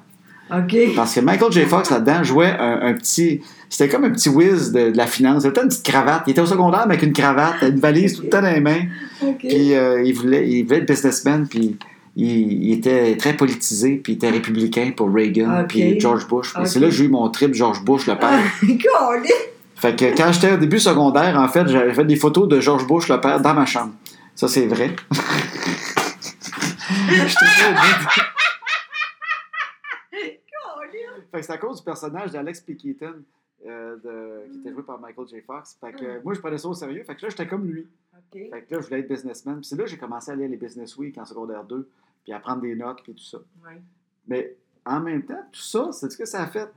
Speaker 2: OK.
Speaker 1: Parce que Michael J. Fox, là-dedans, jouait un, un petit... C'était comme un petit whiz de, de la finance. Il avait une petite cravate. Il était au secondaire, mais avec une cravate, une valise tout le temps dans les mains.
Speaker 2: OK.
Speaker 1: Puis euh, il, voulait, il voulait être businessman, puis il, il était très politisé, puis il était républicain pour Reagan,
Speaker 2: Ah, Ok. Ah,
Speaker 1: puis George Bush. Puis
Speaker 2: Ok.
Speaker 1: C'est là que j'ai eu mon trip George Bush, le père.
Speaker 2: Golly!
Speaker 1: euh, Fait que quand j'étais au début secondaire, en fait, j'avais fait des photos de George Bush, le père, dans ma chambre. Ça, c'est vrai. J'étais très obligé.
Speaker 2: Golly!
Speaker 1: Fait que c'est à cause du personnage d'Alex P. Keaton. euh, de- qui était joué par Michael J. Fox. Fait que euh, moi, je prenais ça au sérieux. Fait que là, j'étais comme lui.
Speaker 2: OK.
Speaker 1: Fait que là, je voulais être businessman. Puis c'est là que j'ai commencé à aller à les Business Week en secondaire 2, puis à prendre des notes, puis tout ça.
Speaker 2: Ouais.
Speaker 1: Mais en même temps, tout ça, c'est ce que ça a fait.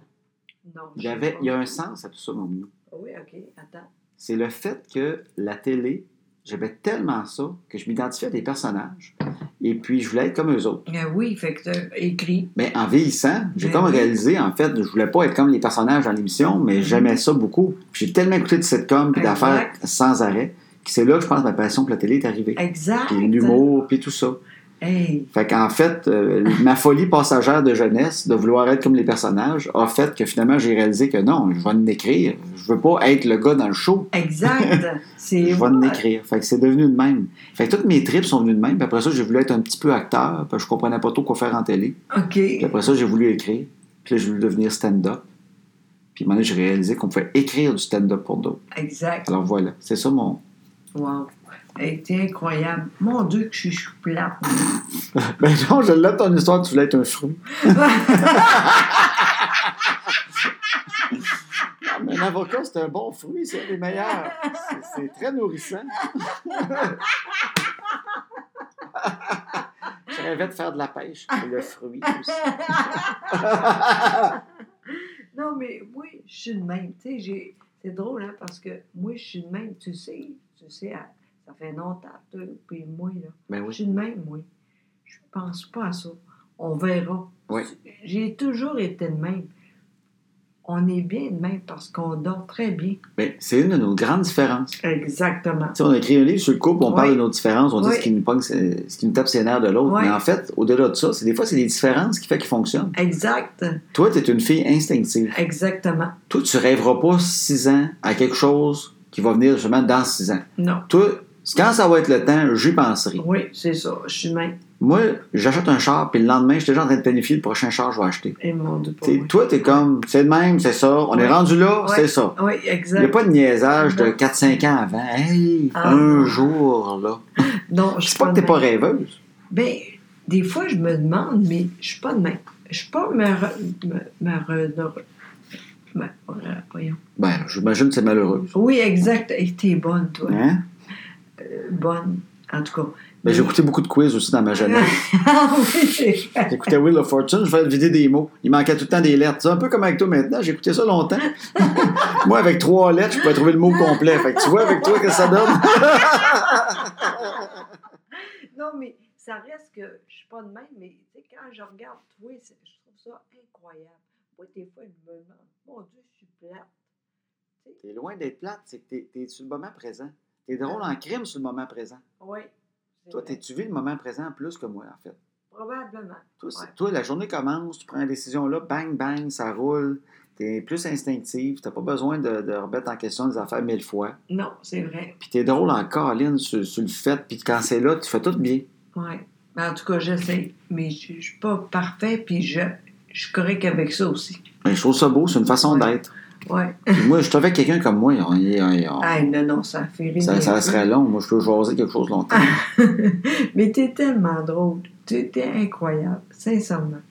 Speaker 2: Non.
Speaker 1: Il
Speaker 2: je
Speaker 1: y,
Speaker 2: sais
Speaker 1: avait,
Speaker 2: pas.
Speaker 1: il y a un sens à tout ça, mon minou.
Speaker 2: Ah Oui, OK. Attends.
Speaker 1: c'est le fait que la télé, j'aimais tellement ça que je m'identifiais à des personnages et puis je voulais être comme eux autres.
Speaker 2: Mais Euh, oui, fait que t'as écrit.
Speaker 1: Mais en vieillissant, j'ai
Speaker 2: Ben
Speaker 1: comme
Speaker 2: oui. Mm-hmm.
Speaker 1: réalisé, en fait, je voulais pas être comme les personnages dans l'émission, mais j'aimais ça beaucoup. Puis J'ai tellement écouté de sitcoms et
Speaker 2: Exact.
Speaker 1: d'affaires sans arrêt que c'est là que je pense que ma passion pour la télé est arrivée.
Speaker 2: Exact.
Speaker 1: Puis l'humour, puis tout ça.
Speaker 2: Hey.
Speaker 1: Fait qu'en fait, euh, ma folie passagère de jeunesse, de vouloir être comme les personnages, a fait que finalement, j'ai réalisé que non, je vais en écrire. Je veux pas être le gars dans le show.
Speaker 2: Exact. C'est
Speaker 1: Je vais
Speaker 2: vrai.
Speaker 1: en écrire. Fait que c'est devenu de même. Fait que toutes mes trips sont venues de même. Puis après ça, j'ai voulu être un petit peu acteur. Parce que je comprenais pas trop quoi faire en télé. Puis
Speaker 2: OK.
Speaker 1: après ça, j'ai voulu écrire. Puis là, j'ai voulu devenir stand-up. Puis maintenant, j'ai réalisé qu'on pouvait écrire du stand-up pour d'autres.
Speaker 2: Exact.
Speaker 1: Alors voilà. C'est ça mon.
Speaker 2: Wow. Hey, t'es incroyable. Mon Dieu, que je suis- je suis plate.
Speaker 1: Ben non, je l'aime ton histoire, tu voulais être un fruit. Ah, mais un avocat, c'est un bon fruit, c'est un des meilleurs. C'est- C'est très nourrissant. je rêvais de faire de la pêche.
Speaker 2: Ah.
Speaker 1: C'est le fruit aussi.
Speaker 2: Non, mais moi, je suis de même. Tu sais, j'ai- c'est drôle, hein, parce que moi, je suis de même. Tu sais, tu sais, à- ça fait longtemps, toi, puis moi, là.
Speaker 1: Ben
Speaker 2: Je
Speaker 1: oui.
Speaker 2: suis de même, moi. Je pense pas à ça. On verra.
Speaker 1: Oui.
Speaker 2: J'ai toujours été de même. On est bien de même parce qu'on dort très bien.
Speaker 1: Ben, c'est une de nos grandes différences.
Speaker 2: Exactement.
Speaker 1: Tu sais, on a écrit un livre sur le couple, on
Speaker 2: Oui.
Speaker 1: parle de nos différences, on dit
Speaker 2: Oui.
Speaker 1: ce qui nous, pogne, c'est- ce qui nous tape ses nerfs de l'autre.
Speaker 2: Oui.
Speaker 1: Mais en fait, au-delà de ça, c'est des fois, c'est les différences qui font qu'ils fonctionnent.
Speaker 2: Exact.
Speaker 1: Toi, tu es une fille instinctive.
Speaker 2: Exactement.
Speaker 1: Toi, tu rêveras pas six ans à quelque chose qui va venir justement dans six ans.
Speaker 2: Non.
Speaker 1: Toi, quand ça va être le temps, j'y penserai.
Speaker 2: Oui, c'est ça. Je suis de même.
Speaker 1: Moi, j'achète un char, puis le lendemain, j'étais déjà en train de planifier le prochain char que je vais acheter.
Speaker 2: Et mon Dieu, pas
Speaker 1: T'sais,
Speaker 2: moi.
Speaker 1: Toi, t'es comme, c'est de même, c'est ça, on
Speaker 2: Oui.
Speaker 1: est rendu là,
Speaker 2: Oui.
Speaker 1: c'est ça.
Speaker 2: Oui,
Speaker 1: Il n'y a
Speaker 2: exact.
Speaker 1: pas de niaisage de
Speaker 2: Non.
Speaker 1: 4-5 ans avant. Hey,
Speaker 2: Ah.
Speaker 1: un jour, là.
Speaker 2: Non, je
Speaker 1: Je
Speaker 2: suis
Speaker 1: sais pas que t'es
Speaker 2: de
Speaker 1: pas
Speaker 2: même.
Speaker 1: rêveuse.
Speaker 2: Ben, des fois, je me demande, mais je suis pas de même. Je suis pas ma. re- ma- ma re- de re- ma- euh, voyons.
Speaker 1: Ben, j'imagine que c'est malheureux.
Speaker 2: Oui, exact. Et t'es bonne, toi.
Speaker 1: Hein?
Speaker 2: bonne, en tout cas.
Speaker 1: Ben, j'ai écouté beaucoup de quiz aussi dans ma jeunesse.
Speaker 2: ah oui, c'est vrai.
Speaker 1: J'écoutais Wheel of Fortune, je faisais vider des mots. Il manquait tout le temps des lettres. C'est un peu comme avec toi maintenant, j'ai écouté ça longtemps. Moi, avec trois lettres, je pouvais trouver le mot complet. Fait que tu vois avec toi que ça donne.
Speaker 2: Non, mais ça reste que je suis pas de même, mais tu sais, quand je regarde, toi, c'est- je trouve ça incroyable. Moi, des fois, je me demande, mon Dieu, je suis plate.
Speaker 1: T'es loin d'être plate, c'est que t'es, t'es sur le moment présent. T'es drôle en crime sur le moment présent.
Speaker 2: Oui. c'est
Speaker 1: Toi,
Speaker 2: vrai.
Speaker 1: t'es, tu vis le moment présent plus que moi, en fait.
Speaker 2: Probablement.
Speaker 1: Toi, c'est-
Speaker 2: Ouais.
Speaker 1: toi, la journée commence, tu prends la décision là, bang, bang, ça roule. T'es plus instinctif, t'as pas besoin de, de remettre en question des affaires mille fois.
Speaker 2: Non, c'est vrai.
Speaker 1: Puis t'es drôle en colline sur, sur le fait, puis quand c'est là, tu fais tout bien.
Speaker 2: Oui. Mais Ben, en tout cas, j'essaie. Mais je je suis pas parfait, puis je, je suis correct avec ça aussi.
Speaker 1: Ben, je trouve ça beau, c'est une façon
Speaker 2: Ouais.
Speaker 1: d'être.
Speaker 2: Oui.
Speaker 1: Puis moi, je suis avec quelqu'un comme moi, on, est- on est- on-
Speaker 2: Ah, non, non, ça fait rire.
Speaker 1: Oh. ça, ça serait long. Moi, je peux jaser quelque chose longtemps.
Speaker 2: Mais t'es tellement drôle. Tu t'es incroyable, sincèrement.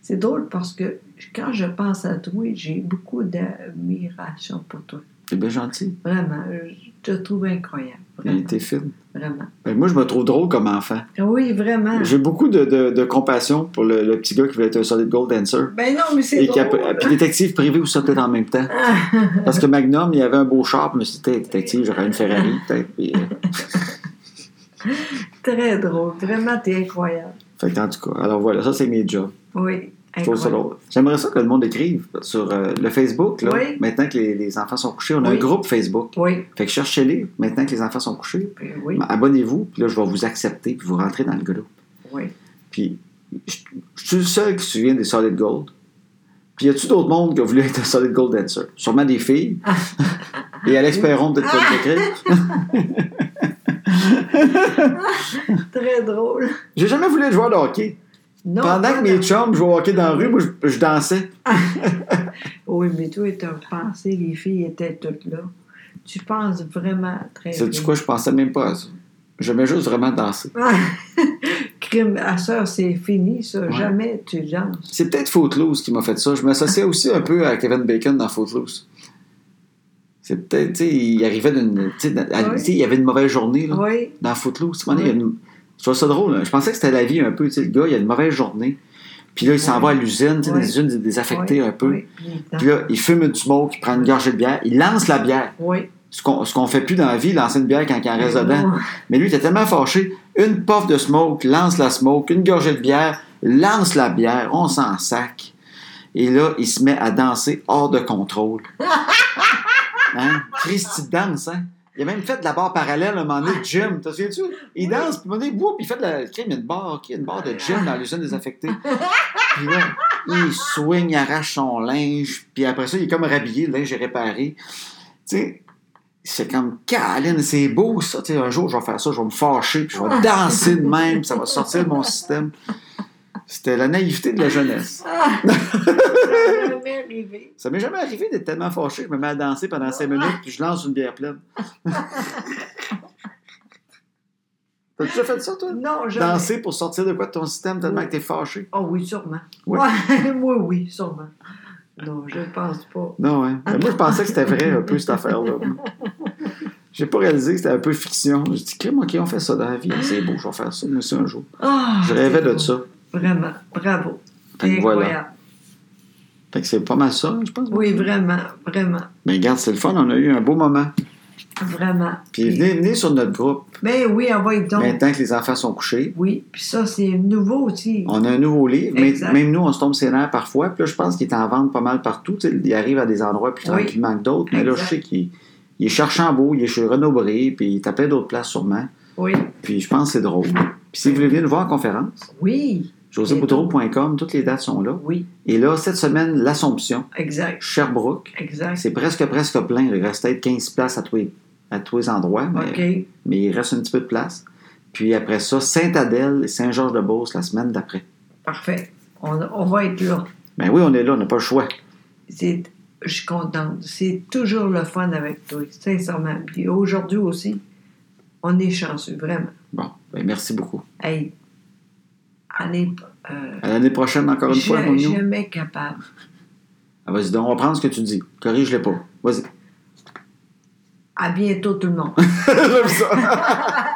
Speaker 2: C'est drôle parce que quand je pense à toi, j'ai beaucoup d'admiration pour toi.
Speaker 1: T'es bien gentil.
Speaker 2: Vraiment, je te trouve incroyable.
Speaker 1: T'es
Speaker 2: Vraiment.
Speaker 1: t'es fine.
Speaker 2: vraiment.
Speaker 1: Ben, moi, je me trouve drôle comme enfant.
Speaker 2: Oui, vraiment.
Speaker 1: J'ai beaucoup de, de- de compassion pour le, le petit gars qui veut être un solid gold dancer.
Speaker 2: Ben non, mais c'est
Speaker 1: Et qui a-
Speaker 2: drôle. Ah,
Speaker 1: puis détective privé aussi, peut-être en même temps. Parce que Magnum, il avait un beau char, mais c'était détective, j'aurais une Ferrari, peut-être. Puis, euh,
Speaker 2: Très drôle. Vraiment, t'es incroyable.
Speaker 1: Fait que, en tout cas, alors voilà, ça, c'est mes jobs.
Speaker 2: Oui,
Speaker 1: Je trouve ça
Speaker 2: incroyable.
Speaker 1: drôle. J'aimerais ça que le monde écrive sur euh, le Facebook, là.
Speaker 2: Oui.
Speaker 1: Maintenant que les, les enfants sont couchés, on a
Speaker 2: Oui.
Speaker 1: un groupe Facebook.
Speaker 2: Oui,
Speaker 1: Fait que cherchez-les maintenant que les enfants sont couchés.
Speaker 2: ben oui,
Speaker 1: Ben, Abonnez-vous, puis là, je vais vous accepter, puis vous rentrez dans le groupe.
Speaker 2: oui.
Speaker 1: Puis, je je suis le seul qui se souvient des Solid Gold. Puis, y a-tu d'autres mondes qui ont voulu être un Solid Gold dancer? Sûrement des filles. Et Alex Perron, peut-être pas le décrire.
Speaker 2: Ah! Très drôle.
Speaker 1: J'ai jamais voulu être joueur de hockey.
Speaker 2: Non,
Speaker 1: Pendant
Speaker 2: pas
Speaker 1: que mes
Speaker 2: dans-
Speaker 1: chums jouaient au hockey dans la rue, moi, je, je dansais.
Speaker 2: Oui, mais toi, t'as pensé, les filles étaient toutes là. Tu penses vraiment très bien.
Speaker 1: Sais-tu quoi? Je pensais même pas à ça. J'aimais juste vraiment danser.
Speaker 2: Crime à sœur, c'est fini, ça.
Speaker 1: Ouais.
Speaker 2: Jamais tu danses.
Speaker 1: C'est peut-être Footloose qui m'a fait ça. Je m'associais aussi un peu à Kevin Bacon dans Footloose. C'est peut-être, tu sais, il arrivait d'une. Tu sais, dans- à-
Speaker 2: Ah Ouais.
Speaker 1: tu sais, il y avait une mauvaise journée, là,
Speaker 2: Oui,
Speaker 1: dans Footloose. Tu sais, à un moment donné, il y a une- Je trouve ça drôle. là. Je pensais que c'était la vie un peu. Tu sais, le gars, il a une mauvaise journée. Puis là, il s'en
Speaker 2: Ouais.
Speaker 1: va à l'usine, tu sais,
Speaker 2: Ouais.
Speaker 1: des usines désaffectées un peu.
Speaker 2: oui. il est
Speaker 1: Puis là, il fume une smoke, il prend une gorgée de bière, il lance la bière.
Speaker 2: dans- Oui.
Speaker 1: Ce qu'on ce qu'on fait plus dans la vie, lancer une bière quand il en reste dedans.
Speaker 2: Non.
Speaker 1: Mais lui, il était tellement fâché. Une puff de smoke, lance la smoke, une gorgée de bière, lance la bière, on s'en sac. Et là, il se met à danser hors de contrôle. Hein? Christy danse, hein? Il a même fait de la barre parallèle à un moment donné de gym. T'as souviens-tu? Il
Speaker 2: Oui.
Speaker 1: danse, puis à un moment donné, whoop, il fait de la. crime, Il y a une barre, OK, il y a une barre de gym dans l'usine désaffectée. Puis là, il swing, il arrache son linge, puis après ça, il est comme rhabillé, le linge est réparé. Tu sais, c'est comme, Caroline, c'est beau ça. Tu sais, un jour, je vais faire ça, je vais me fâcher, puis je vais danser de même, puis ça va sortir de mon système. C'était la naïveté de la jeunesse.
Speaker 2: Ah, ça m'est jamais arrivé.
Speaker 1: Ça m'est jamais arrivé d'être tellement fâché, je me mets à danser pendant cinq minutes, puis je lance une bière pleine. T'as déjà fait ça, toi?
Speaker 2: Non, jamais.
Speaker 1: Danser pour sortir de quoi de ton système tellement que t'es fâché?
Speaker 2: Oh oui, sûrement.
Speaker 1: Oui.
Speaker 2: Ouais, Moi, oui, sûrement. Non, je ne pense pas.
Speaker 1: Non, hein. Mais moi, je pensais que c'était vrai un peu, cette affaire-là. J'ai pas réalisé que c'était un peu fiction. J'ai dit, crème, OK, on fait ça dans la vie. C'est beau, je vais faire ça, moi aussi, un jour.
Speaker 2: Ah,
Speaker 1: Je rêvais
Speaker 2: c'est
Speaker 1: de
Speaker 2: beau.
Speaker 1: ça.
Speaker 2: Vraiment, bravo.
Speaker 1: Fait que voilà.
Speaker 2: Incroyable.
Speaker 1: Fait que c'est pas mal ça, je pense.
Speaker 2: Oui, vraiment, vraiment,
Speaker 1: Mais regarde, c'est le fun, on a eu un beau moment.
Speaker 2: vraiment.
Speaker 1: Puis venez, venez sur notre groupe,
Speaker 2: Ben oui, envoyez donc.
Speaker 1: maintenant que les enfants sont couchés.
Speaker 2: Oui, puis ça, c'est nouveau aussi.
Speaker 1: On a un nouveau livre. Mais-
Speaker 2: Exact.
Speaker 1: même nous, on se tombe ses nerfs parfois. Puis là, je pense qu'il est en vente pas mal partout. Tu sais, il arrive à des endroits plus
Speaker 2: Oui.
Speaker 1: tranquillement que d'autres. Mais là, je
Speaker 2: Exact.
Speaker 1: sais qu'il il est cherchant beau, il est chez Renaud-Bré, puis il est à plein d'autres places sûrement.
Speaker 2: Oui,
Speaker 1: Puis je pense que c'est drôle. Puis si vous voulez venir nous voir en conférence,
Speaker 2: oui,
Speaker 1: joséboutreau.com, toutes les dates sont là.
Speaker 2: oui,
Speaker 1: Et là, cette semaine, l'Assomption,
Speaker 2: exact,
Speaker 1: Sherbrooke.
Speaker 2: exact.
Speaker 1: C'est presque, presque plein. Il reste peut-être 15 places à tous les, à tous les endroits, mais,
Speaker 2: OK.
Speaker 1: mais il reste un petit peu de place. Puis après ça, Sainte-Adèle et Saint-Georges-de-Beauce la semaine d'après.
Speaker 2: Parfait. On, on va être là.
Speaker 1: Ben oui, on est là, on n'a pas le choix.
Speaker 2: C'est- Je suis contente. C'est toujours le fun avec toi, sincèrement. Puis aujourd'hui aussi, on est chanceux, vraiment.
Speaker 1: Bon, ben merci beaucoup.
Speaker 2: Hey, on est. euh,
Speaker 1: À l'année prochaine, encore une fois, mon
Speaker 2: ja-
Speaker 1: nous.
Speaker 2: jamais capable.
Speaker 1: Ah, vas-y donc, on va prendre ce que tu dis. Corrige-le pas. Vas-y.
Speaker 2: À bientôt, tout le monde.
Speaker 1: J'aime ça.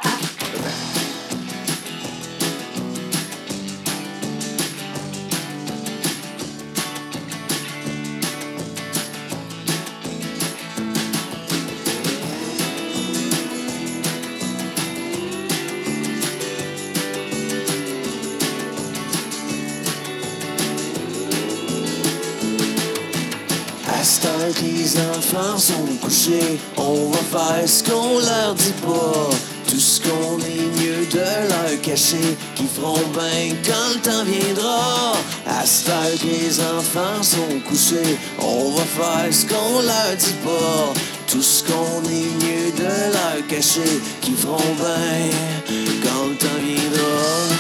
Speaker 3: À cette heure que les enfants sont couchés, on va faire ce qu'on leur dit pas. Tout ce qu'on est mieux de leur cacher, qui feront bien quand le temps viendra. À cette heure que les enfants sont couchés, on va faire ce qu'on leur dit pas. Tout ce qu'on est mieux de leur cacher, qui feront bien quand le temps viendra.